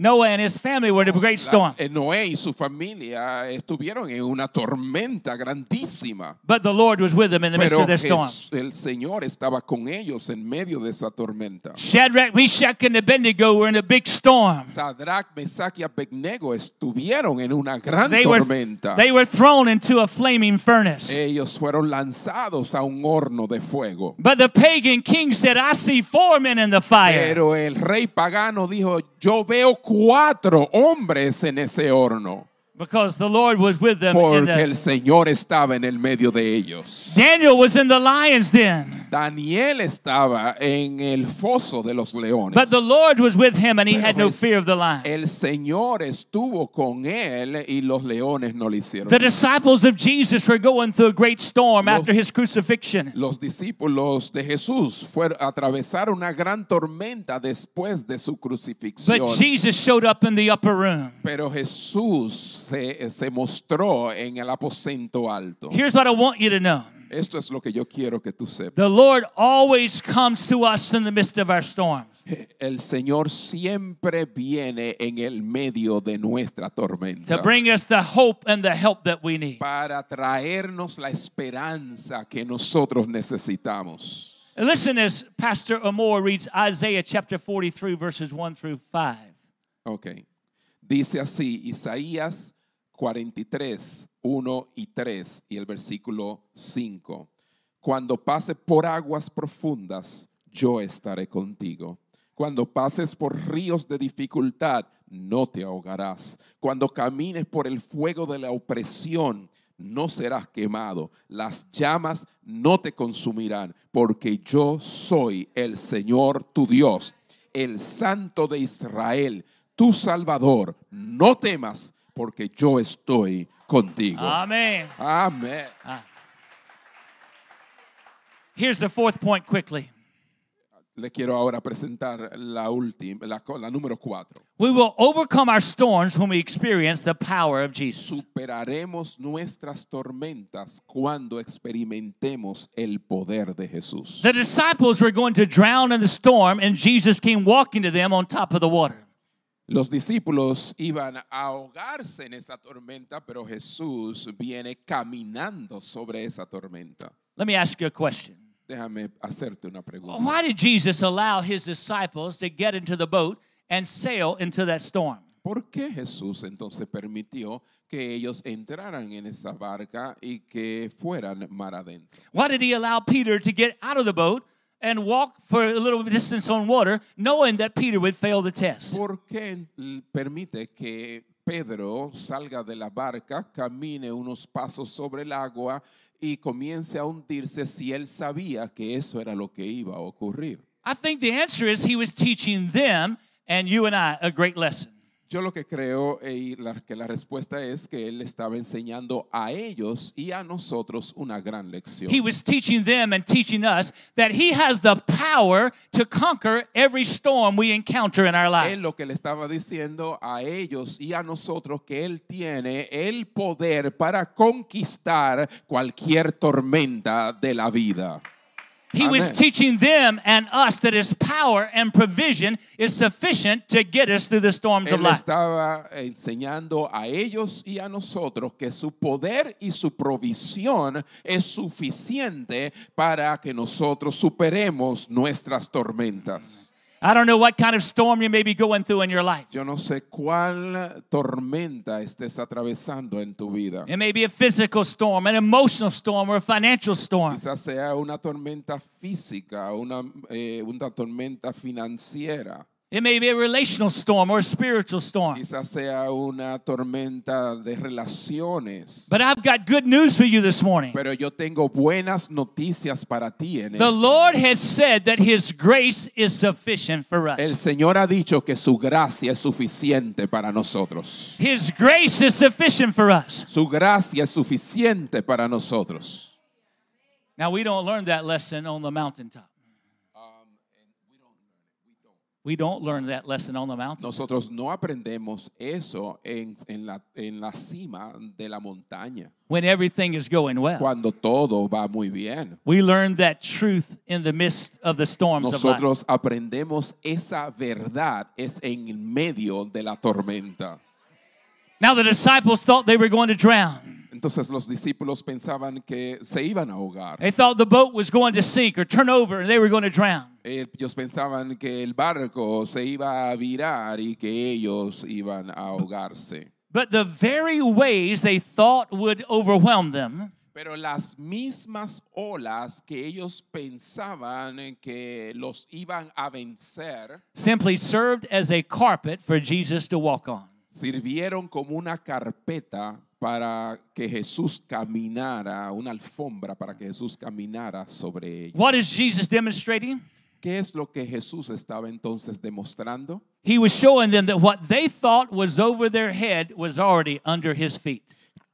Noah and his family were in a great storm.
La- eh, Noé y su familia estuvieron en una tormenta grandísima.
But the Lord was with them in the midst
Pero
of their storm.
Jes- el Señor estaba con ellos en medio de esa tormenta.
Shadrach, Meshach, and Abednego were in a big storm.
Sadrach, Mesach y Abednego estuvieron en una gran
They were,
tormenta.
they were thrown into a flaming furnace.
Ellos fueron lanzados a un horno de fuego.
But the pagan king said, I see four men in the fire.
Pero el rey pagano dijo, yo veo cuatro hombres en ese horno,
Because the Lord was with them. In
porque el
the,
Señor estaba en el medio de ellos.
Daniel was in the lion's den.
Daniel estaba en el foso de los leones.
But the Lord was with him, and he had no
Jes-
fear of the lion.
El Señor estuvo con él y los leones no le hicieron.
The disciples of Jesus were going through a great storm after his crucifixion.
Los discípulos de Jesús fueron atravesaron una gran tormenta después de su crucifixión.
But Jesus showed up in the upper room.
Pero Jesús se, se mostró en el aposento alto.
Here's what I want you to know
Esto es lo que yo quiero que tú sepas.
the Lord always comes to us in the midst of our storms.
El Señor siempre viene en el medio de nuestra
to
tormenta
bring us the hope and the help that we need.
para traernos la esperanza que nosotros necesitamos.
Listen as Pastor Amore reads Isaiah chapter 43, verses 1 through 5.
Ok. Dice así, Isaías 43, 1 y 3 y el versículo 5. Cuando pase por aguas profundas, yo estaré contigo. Cuando pases por ríos de dificultad, no te ahogarás. Cuando camines por el fuego de la opresión, no serás quemado. Las llamas no te consumirán, porque yo soy el Señor tu Dios, el Santo de Israel, tu Salvador. No temas, porque yo estoy contigo.
Ah. Amen.
Amén.
Here's the fourth point quickly.
Le quiero ahora presentar la última, la, co- la número cuatro.
We will overcome our storms when we experience the power of Jesus.
Superaremos nuestras tormentas cuando experimentemos el poder de Jesús.
The disciples were going to drown in the storm, and Jesus came walking to them on top of the water.
Los discípulos iban a ahogarse en esa tormenta, pero Jesús viene caminando sobre esa tormenta.
Let me ask you a question.
Déjame hacerte una pregunta.
Why did Jesus allow his disciples to get into the boat and sail into that storm?
¿Por qué Jesús entonces permitió que ellos entraran en esa barca y que fueran mar adentro?
Why did he allow Peter to get out of the boat and walk for a little distance on water, knowing that Peter would fail the test?
¿Por qué l- permite que Pedro salga de la barca, camine unos pasos sobre el agua y comience a hundirse si él sabía que eso era lo que iba a ocurrir?
I think the answer is he was teaching them and you and I a great lesson.
Yo lo que creo eh, y la- que la respuesta es que él estaba enseñando a ellos y a nosotros una gran lección.
He was teaching them and teaching us that he has the power to conquer every storm we encounter in our
Él
life.
lo que le estaba diciendo a ellos y a nosotros que él tiene el poder para conquistar cualquier tormenta de la vida.
He was
Amen.
teaching them and us that his power and provision is sufficient to get us through the storms of
Él
life.
estaba enseñando a ellos y a nosotros que su poder y su provisión es suficiente para que nosotros superemos nuestras tormentas.
I don't know what kind of storm you may be going through in your life.
Yo no sé cuál tormenta estés atravesando en tu vida.
It may be a physical storm, an emotional storm, or a financial storm.
Quizás sea una tormenta física, una, eh, una tormenta financiera.
It may be a relational storm or a spiritual storm.
Quizás sea una tormenta de relaciones.
But I've got good news for you this morning.
Pero yo tengo buenas noticias para ti en
The
esto.
Lord has said that His grace is sufficient for
El
us.
Señor ha dicho que su gracia es suficiente para nosotros.
His grace is sufficient for us.
Su gracia es suficiente para nosotros.
Now, we don't learn that lesson on the mountaintop. We don't learn that lesson on the mountain.
Nosotros no aprendemos eso en, en la, en la cima de la montaña,
When everything is going well,
cuando todo va muy bien.
we learn that truth in the midst of the storms of life.
Nosotros aprendemos esa verdad es en el medio de la tormenta.
Now, the disciples thought they were going to drown.
Entonces los discípulos pensaban que se iban a ahogar.
They thought the boat was going to sink or turn over and they were going to drown.
eh, Ellos pensaban que el barco se iba a virar y que ellos iban a ahogarse.
But the very waves they thought would overwhelm them
Pero las mismas olas que ellos pensaban que los iban a vencer
simply served as a carpet for Jesus to walk on.
sirvieron como una carpeta para que Jesús caminara, una alfombra para que Jesús caminara sobre ellos.
What is Jesus demonstrating?
¿Qué es lo que Jesús estaba entonces demostrando?
He was showing them that what they thought was over their head was already under his feet.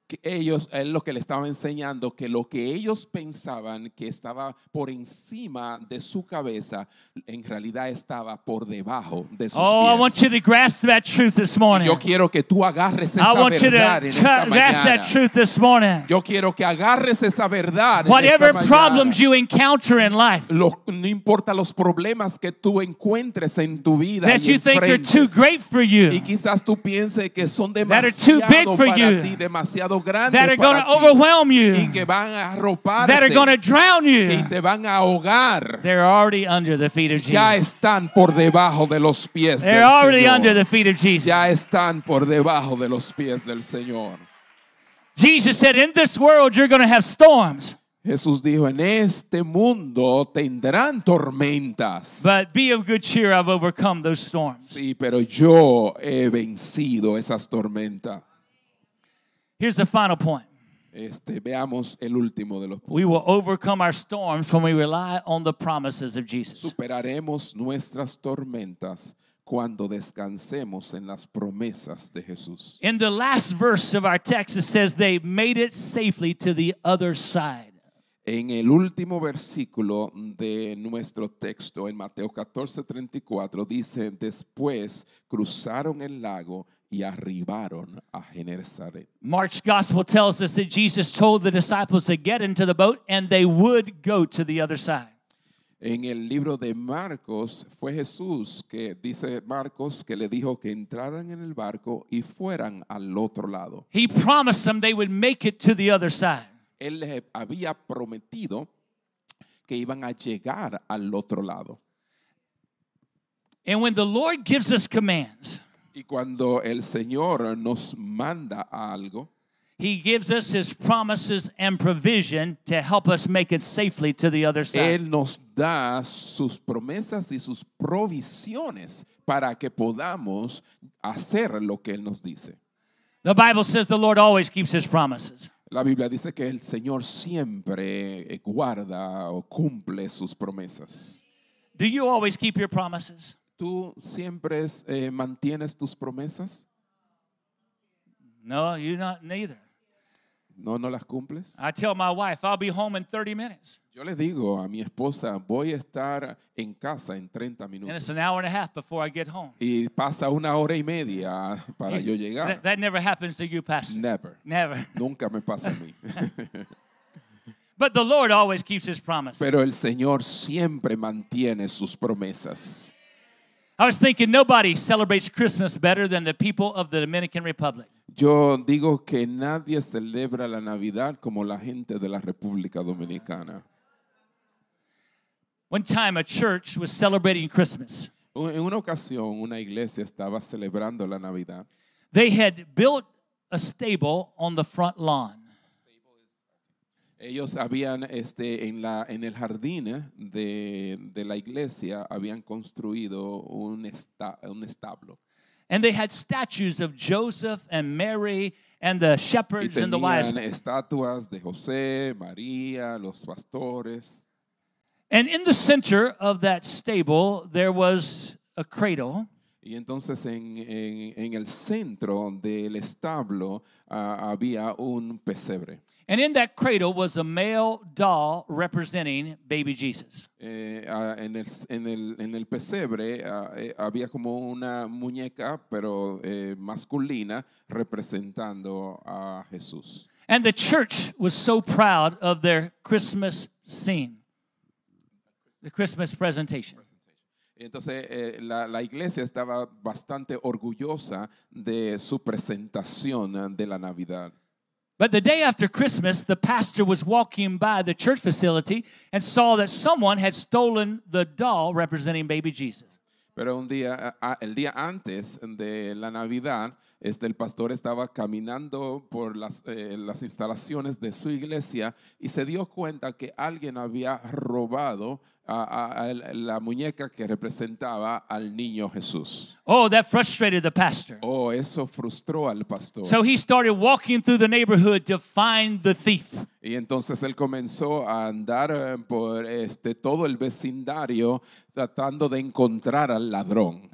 Que ellos, él lo que le estaba enseñando, que lo que ellos pensaban que estaba por encima de su cabeza, en realidad estaba por debajo de sus
Oh, I
pies.
want you to grasp that truth this morning.
Yo quiero que tú agarres esa
I want you to
verdad en
t-
esta
grasp
mañana.
that truth this morning.
Yo quiero que agarres esa verdad. en
Whatever
esta mañana.
problems you encounter in life
Lo- no importa los problemas que tú encuentres en tu vida
that
y
you think are
enfrentes.
too great for
y
you,
quizás tú pienses que son
are too
demasiado
big for
para
you.
ti, demasiado grandes
that are going
para
to
ti,
overwhelm
y
you,
que van a arroparte
that are going to drown
y
you,
te van a ahogar.
they're already under the feet of
ya
Jesus.
están por debajo de los pies del
They're already
Señor.
under the feet of Jesus.
Ya están por debajo de los pies del Señor.
Jesus said, In this world, you're going to have storms,
Jesús dijo, en este mundo tendrán tormentas.
but be of good cheer. I've overcome those storms.
sí, pero yo he vencido esas tormentas.
Here's the final point
Este, veamos el último de los puntos.
we will overcome our storms when we rely on the promises of Jesus.
Superaremos nuestras tormentas cuando descansemos en las promesas de Jesús.
In the last verse of our text, it says, They made it safely to the other side.
En el último versículo de nuestro texto, en Mateo 14, 34, dice, después cruzaron el lago y arribaron a Genezaret.
Mark's gospel tells us that Jesus told the disciples to get into the boat and they would go to the other side.
En el libro de Marcos fue Jesús que dice Marcos que le dijo que entraran en el barco y fueran al otro lado.
He promised them they would make it to the other side.
Él les había prometido que iban a llegar al otro lado.
And when the Lord gives us commands,
Y cuando el Señor nos manda algo,
He gives us His promises and provision to help us make it safely to the other side.
Él nos da sus promesas y sus provisiones para que podamos hacer lo que Él nos dice.
The Bible says the Lord always keeps His promises.
La Biblia dice que el Señor siempre eh, guarda o cumple sus promesas.
Do you always keep your promises?
¿Tú siempre es, eh, mantienes tus promesas?
No, you not neither.
¿No, no las cumples?
I tell my wife I'll be home in 30 minutes,
Yo le digo a mi esposa, voy a estar en casa en 30
and
minutos.
it's an hour and a half before I get home.
Y pasa una hora y media para yo
That,
llegar.
that never happens to you, Pastor.
Never.
Never.
Nunca me pasa a mí.
But the Lord always keeps His promise.
Pero el Señor siempre mantiene sus promesas.
I was thinking nobody celebrates Christmas better than the people of the Dominican Republic.
Yo digo que nadie celebra la Navidad como la gente de la República Dominicana.
One time, a church was celebrating Christmas.
U- En una ocasión, una iglesia estaba celebrando la Navidad
They had built a stable on the front lawn.
Ellos habían, este, en, la, en el jardín eh, de, de la iglesia, habían construido un, esta- un establo.
And they had statues of Joseph and Mary and the
Y
shepherds and the wise
tenían estatuas de José, María, los pastores.
And in the center of that stable, there was a cradle.
Y entonces en, en- en el centro del establo ah, había un pesebre.
And in that cradle was a male doll representing baby Jesus.
Eh, ah, en, el, s- en el- en el pesebre ah, eh, había como una muñeca, pero eh, masculina, representando a Jesús.
And the church was so proud of their Christmas scene, the Christmas presentation.
Entonces eh, la, la iglesia estaba bastante orgullosa de su presentación ah, de la Navidad.
But the day after Christmas, the pastor was walking by the church facility and saw that someone had stolen the doll representing baby Jesus.
Pero un día, a- a- el día antes de la Navidad, este, el pastor estaba caminando por las, eh, las instalaciones de su iglesia y se dio cuenta que alguien había robado a- a- a el- la muñeca que representaba al niño Jesús.
Oh, that frustrated the pastor.
Oh, eso frustró al pastor.
So he started walking through the neighborhood to find the thief.
y entonces él comenzó a andar eh, por este, todo el vecindario tratando de encontrar al ladrón.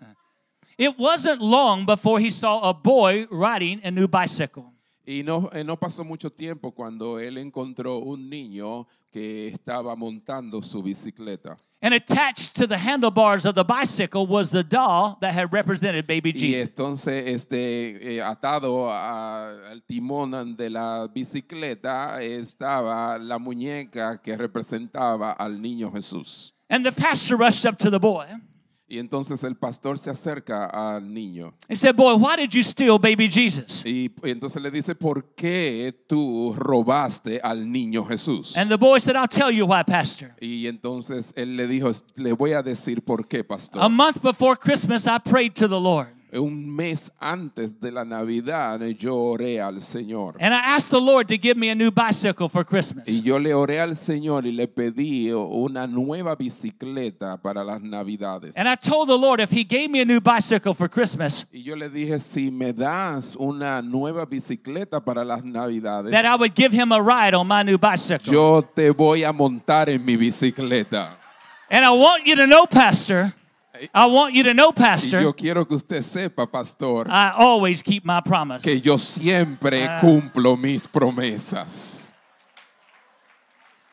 It wasn't long before he saw a boy riding a new bicycle.
Y no, eh, no pasó mucho tiempo cuando él encontró un niño que estaba montando su bicicleta.
And attached to the handlebars of the bicycle was the doll that had represented baby
Y
Jesus.
entonces, este, eh, atado a- al timón de la bicicleta, estaba la muñeca que representaba al niño Jesús.
And the pastor rushed up to the boy
Y entonces el pastor se acerca al niño
and said, Boy, why did you steal baby Jesus?
y entonces le dice, ¿por qué tú robaste al niño Jesús?
And the boy said, I'll tell you why, Pastor.
Y entonces él le dijo, le voy a decir por qué, pastor.
A month before Christmas, I prayed to the Lord.
Un mes antes de la Navidad eh, yo oré al Señor.
And I asked the Lord to give me a new bicycle for
Y
Christmas.
yo le oré al Señor y le pedí una nueva bicicleta para las Navidades.
And I told the Lord if he gave me a new bicycle for Christmas,
Y yo le dije, si me das una nueva bicicleta para las Navidades,
that I would give him a ride on my new bicycle.
yo te voy a montar en mi bicicleta.
And I want you to know, Pastor, I want you to know,
Y
Pastor,
yo quiero que usted sepa, pastor,
I always keep my promise.
que yo siempre
Ah.
cumplo mis promesas.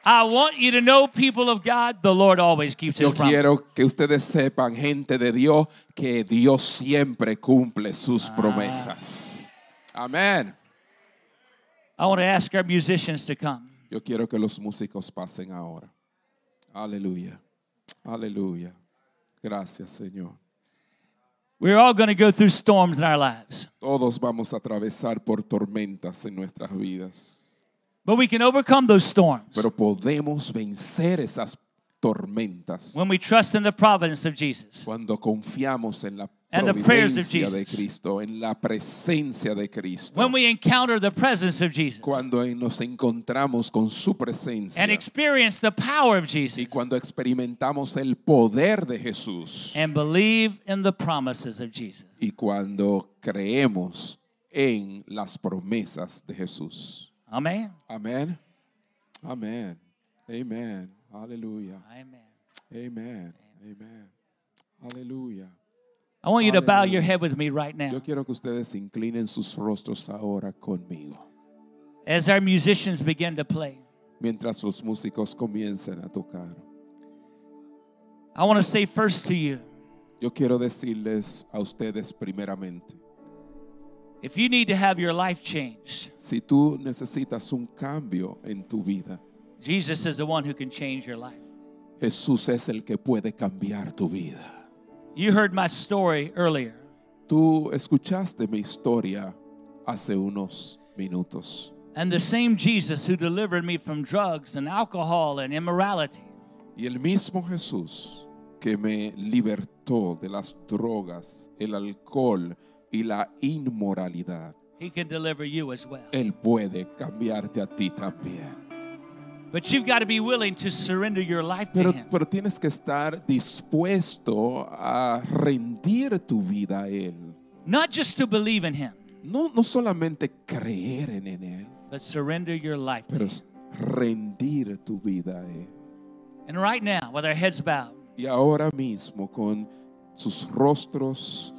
I want you to know, people of God, the Lord always keeps his
Yo
promise.
quiero que ustedes sepan, gente de Dios, que Dios siempre cumple sus
Ah.
promesas. Amén.
I want to ask our musicians to come.
Yo quiero que los músicos pasen ahora. Aleluya. Aleluya. Gracias, Señor.
We're all going to go through storms in our lives,
Todos vamos a atravesar por tormentas en nuestras vidas,
but we can overcome those storms
pero podemos vencer esas tormentas
when we trust in the providence of Jesus.
cuando confiamos en la
And the prayers of
providencia de
Jesus.
Cristo, en la presencia de Cristo.
When we encounter the presence of Jesus
cuando nos encontramos con su presencia
and experience the power of
y
Jesus
cuando experimentamos el poder de Jesús
and believe in the promises of Jesus.
y cuando creemos en las promesas de Jesús.
Amen.
Amén. Amén. Amén. Aleluya.
Amen.
Amén. Amén. Aleluya.
I want you to bow
Hallelujah.
your head with me right now
Yo quiero que ustedes inclinen sus rostros ahora conmigo,
as our musicians begin to play.
mientras los músicos comiencen a tocar.
I want to say first to you
Yo quiero decirles a ustedes primeramente,
if you need to have your life changed,
Si tú necesitas un cambio en tu vida,
Jesus is the one who can change your life.
Jesús es el que puede cambiar tu vida.
You heard my story earlier.
Tú escuchaste mi historia hace unos minutos.
And the same Jesus who delivered me from drugs and alcohol and immorality
Y el mismo Jesús que me libertó de las drogas, el alcohol y la inmoralidad,
He can deliver you as well.
Él puede cambiarte a ti también.
But you've got to be willing to surrender your life to
Pero,
Him.
pero tienes que estar dispuesto a rendir tu vida a Él.
Not just to believe in Him,
No, no solamente creer en, en Él,
but surrender your life to
pero
Him.
es rendir tu vida a Él.
And right now, with our heads bowed,
Y ahora mismo con sus rostros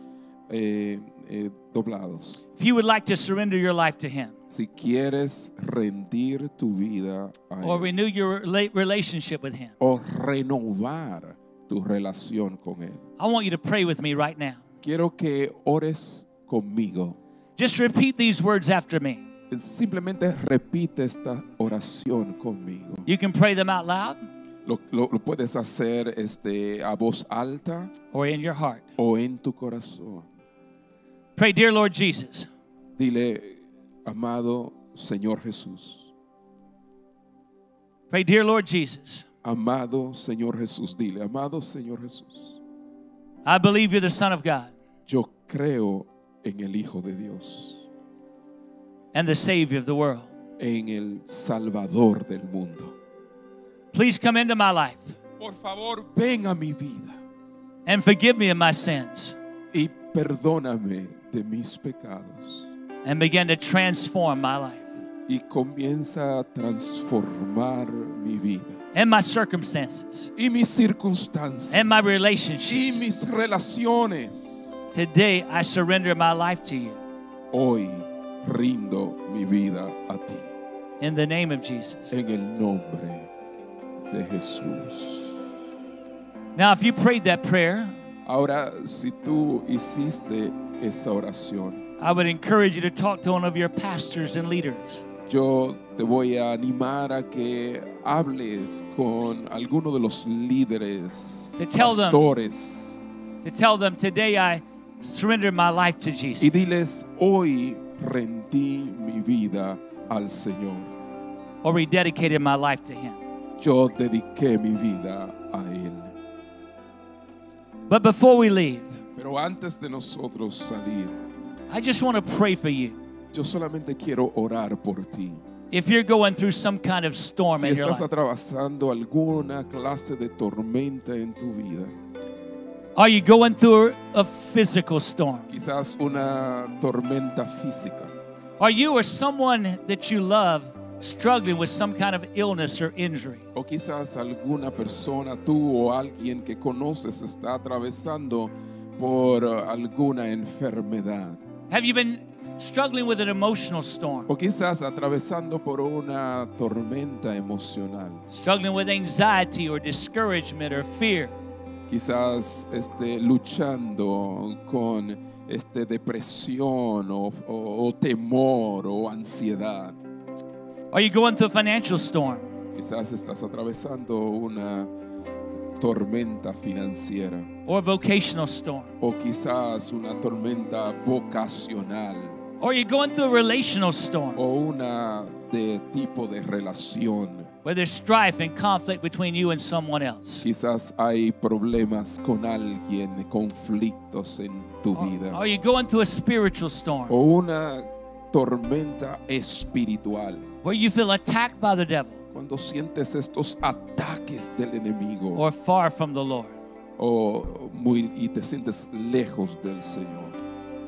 eh, eh, doblados,
if you would like to surrender your life to Him
si quieres rendir tu vida a
or
Él
renew your rela- relationship with Him,
o renovar tu relación con Él,
I want you to pray with me right now.
quiero que ores conmigo.
Just repeat these words after me.
Simplemente repite esta oración conmigo.
You can pray them out loud
Lo, lo- lo puedes hacer este, a voz alta
or in your heart.
o en tu corazón.
Pray, Dear Lord Jesus,
Dile, amado Señor Jesús,
pray, Dear Lord Jesus,
amado Señor Jesús, dile, amado Señor Jesús,
I believe you're the Son of God
yo creo en el Hijo de Dios,
and the Savior of the world.
en el Salvador del mundo.
Please come into my life
Por favor, ven a mi vida
and forgive me of my sins
y perdóname de mis pecados.
and begin to transform my life
y comienza a transformar mi vida
and my circumstances
y mis circunstancias
and my
y
relationships.
mis relaciones.
Today, I surrender my life to you
Hoy rindo mi vida a ti
in the name of Jesus.
en el nombre de Jesús.
Now, if you prayed that prayer,
Ahora, si tú hiciste esa oración,
I would encourage you to talk to one of your pastors and leaders.
yo te voy a animar a que hables con alguno de los líderes,
To tell them-
pastores.
to tell them today I surrender my life to Jesus.
y diles, hoy rendí mi vida al Señor.
or rededicated my life to Him.
Yo dediqué mi vida a Él.
But before we leave,
Pero antes de nosotros salir,
I just want to pray for you.
yo solamente quiero orar por ti.
If you're going through some kind of storm
Si
in your
estás
life,
atravesando alguna clase de tormenta en tu vida,
are you going through a physical storm?
quizás una tormenta física,
Are you or someone that you love struggling with some kind of illness or injury?
o quizás alguna persona, tú o alguien que conoces, está atravesando por eh, alguna enfermedad.
Have you been struggling with an emotional storm?
O quizás atravesando por una tormenta emocional.
Struggling with anxiety or discouragement or fear?
Quizás este, luchando con este, depresión o, o- o temor o ansiedad.
Are you going through a financial storm?
Quizás estás atravesando una tormenta financiera
Or a vocational storm?
o quizás una tormenta vocacional
Or are you going through a relational storm?
o una de tipo de relación.
where there's strife and conflict between you and someone else?
Quizás hay problemas con alguien, conflictos en tu
Oh,
vida.
Are you going through a spiritual storm
o una tormenta espiritual.
where you feel attacked by the devil
Cuando sientes estos ataques del enemigo
or far from the Lord?
o muy, y te sientes lejos del Señor.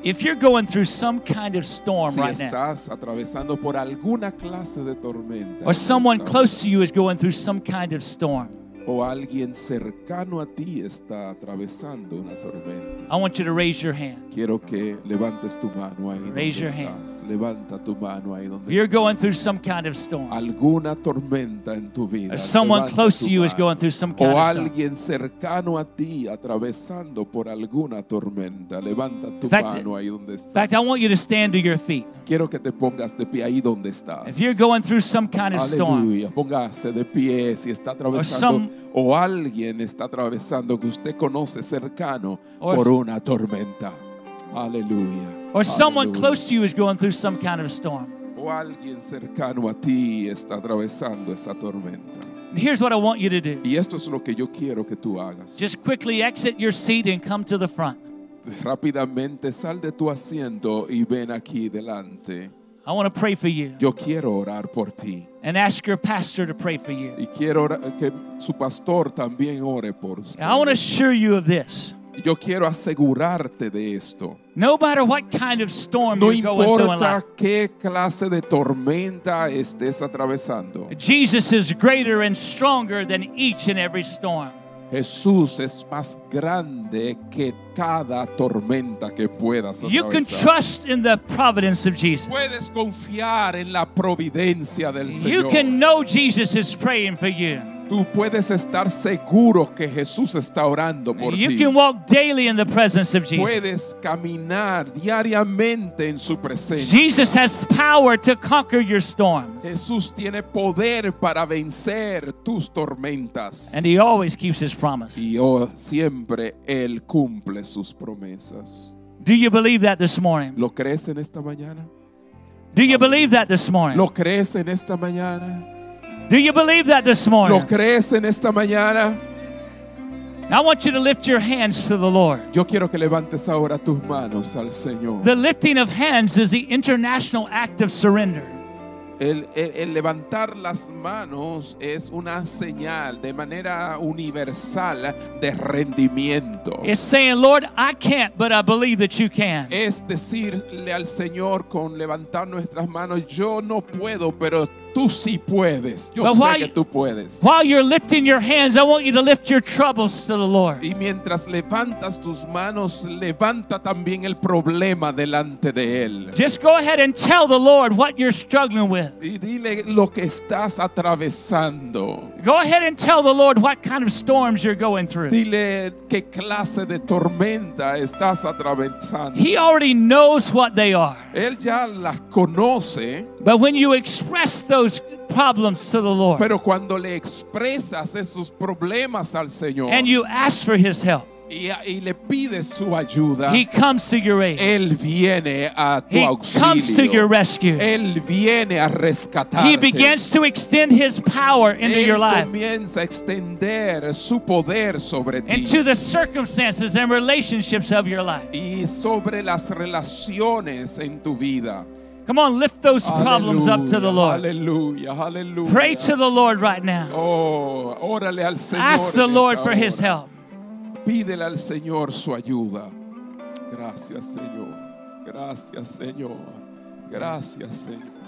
If you're going through some kind of storm
Si
right now,
estás atravesando por alguna clase de tormenta
or someone
estás-
close to you is going through some kind of storm,
o alguien cercano a ti está atravesando una tormenta,
I want you to raise your hand.
quiero que levantes tu mano ahí donde
Raise your
estás. Levanta tu mano ahí donde
If you're
estás.
going through some kind of storm,
Alguna tormenta en tu vida.
or someone
levanta
close
tu
to you is
mano.
going through some kind
O
of storm.
alguien cercano a ti atravesando por alguna tormenta, levanta tu
In fact,
mano ahí donde
In
estás.
fact, I want you to stand to your feet.
Quiero que te pongas de pie ahí donde estás.
If you're going through some kind of storm,
Aleluya, póngase de pie si está atravesando
some-
o alguien está atravesando que usted conoce cercano
Or
por
s-
una tormenta. Aleluya.
or someone
Aleluya.
close to you is going through some kind of storm.
O alguien cercano a ti está atravesando esa tormenta.
And here's what I want you to do.
Y esto es lo que yo quiero que tú hagas.
Just quickly exit your seat and come to the front.
Rápidamente sal de tu asiento y ven aquí delante.
I want to pray for you
Yo quiero orar por ti.
and ask your pastor to pray for you.
Y quiero ora- que su pastor también ore por usted.
And I want to assure you of this.
Yo quiero asegurarte de esto.
No matter what kind of storm
No
you're going through in life,
importa qué clase de tormenta estés atravesando,
Jesus is greater and stronger than each and every storm.
Jesús es más grande que cada tormenta que puedas
You can
atravesar.
trust in the providence of Jesus.
Puedes confiar en la providencia del
You
Señor.
can know Jesus is praying for you.
Tú puedes estar seguro que Jesús está orando por
You
ti.
can walk daily in the presence of Jesus.
Puedes caminar diariamente en su presencia.
Jesus has power to conquer your storm,
Jesús tiene poder para vencer tus tormentas.
and He always keeps His promise.
y oh, siempre Él cumple sus promesas.
Do you believe that this morning?
¿Lo crees en esta mañana?
Do you believe that this morning?
¿Lo crees en esta mañana?
Do you believe that this
¿Lo
morning?
crees en esta mañana?
I want you to lift your hands to the Lord.
Yo quiero que levantes ahora tus manos al Señor.
The lifting of hands is the international act of surrender.
El, el- el levantar las manos es una señal de manera universal de rendimiento.
It's saying, Lord, I can't, but I believe that you can.
Es decirle al Señor con levantar nuestras manos, yo no puedo, pero tú sí puedes. Yo
But
sé
why-
que tú puedes.
While you're lifting your hands, I want you to lift your troubles to the Lord.
Y mientras levantas tus manos, levanta también el problema delante de Él.
Just go ahead and tell the Lord what you're struggling with.
Y dile lo que estás atravesando.
Go ahead and tell the Lord what kind of storms you're going through.
Dile qué clase de tormenta estás atravesando.
He already knows what they are.
Él ya las conoce,
But when you express those problems to the Lord
pero cuando le expresas esos problemas al Señor
and you ask for His help,
y, y le pides su ayuda,
He comes to your aid,
Él viene a tu
He comes to your
auxilio.
rescue.
Él viene a
He
rescatarte.
begins to extend his power into
Él
your life,
comienza a extender su poder sobre ti
into the circumstances and relationships of your life.
y sobre las relaciones en tu vida.
Come on, lift those problems up to the Lord.
Aleluya, aleluya.
Pray to the Lord right now.
Oh, órale al Señor.
Ask the
en
Lord
esta
for his
hora.
help.
Pídele al Señor su ayuda. Gracias, Señor. Gracias, Señor. Gracias, Señor.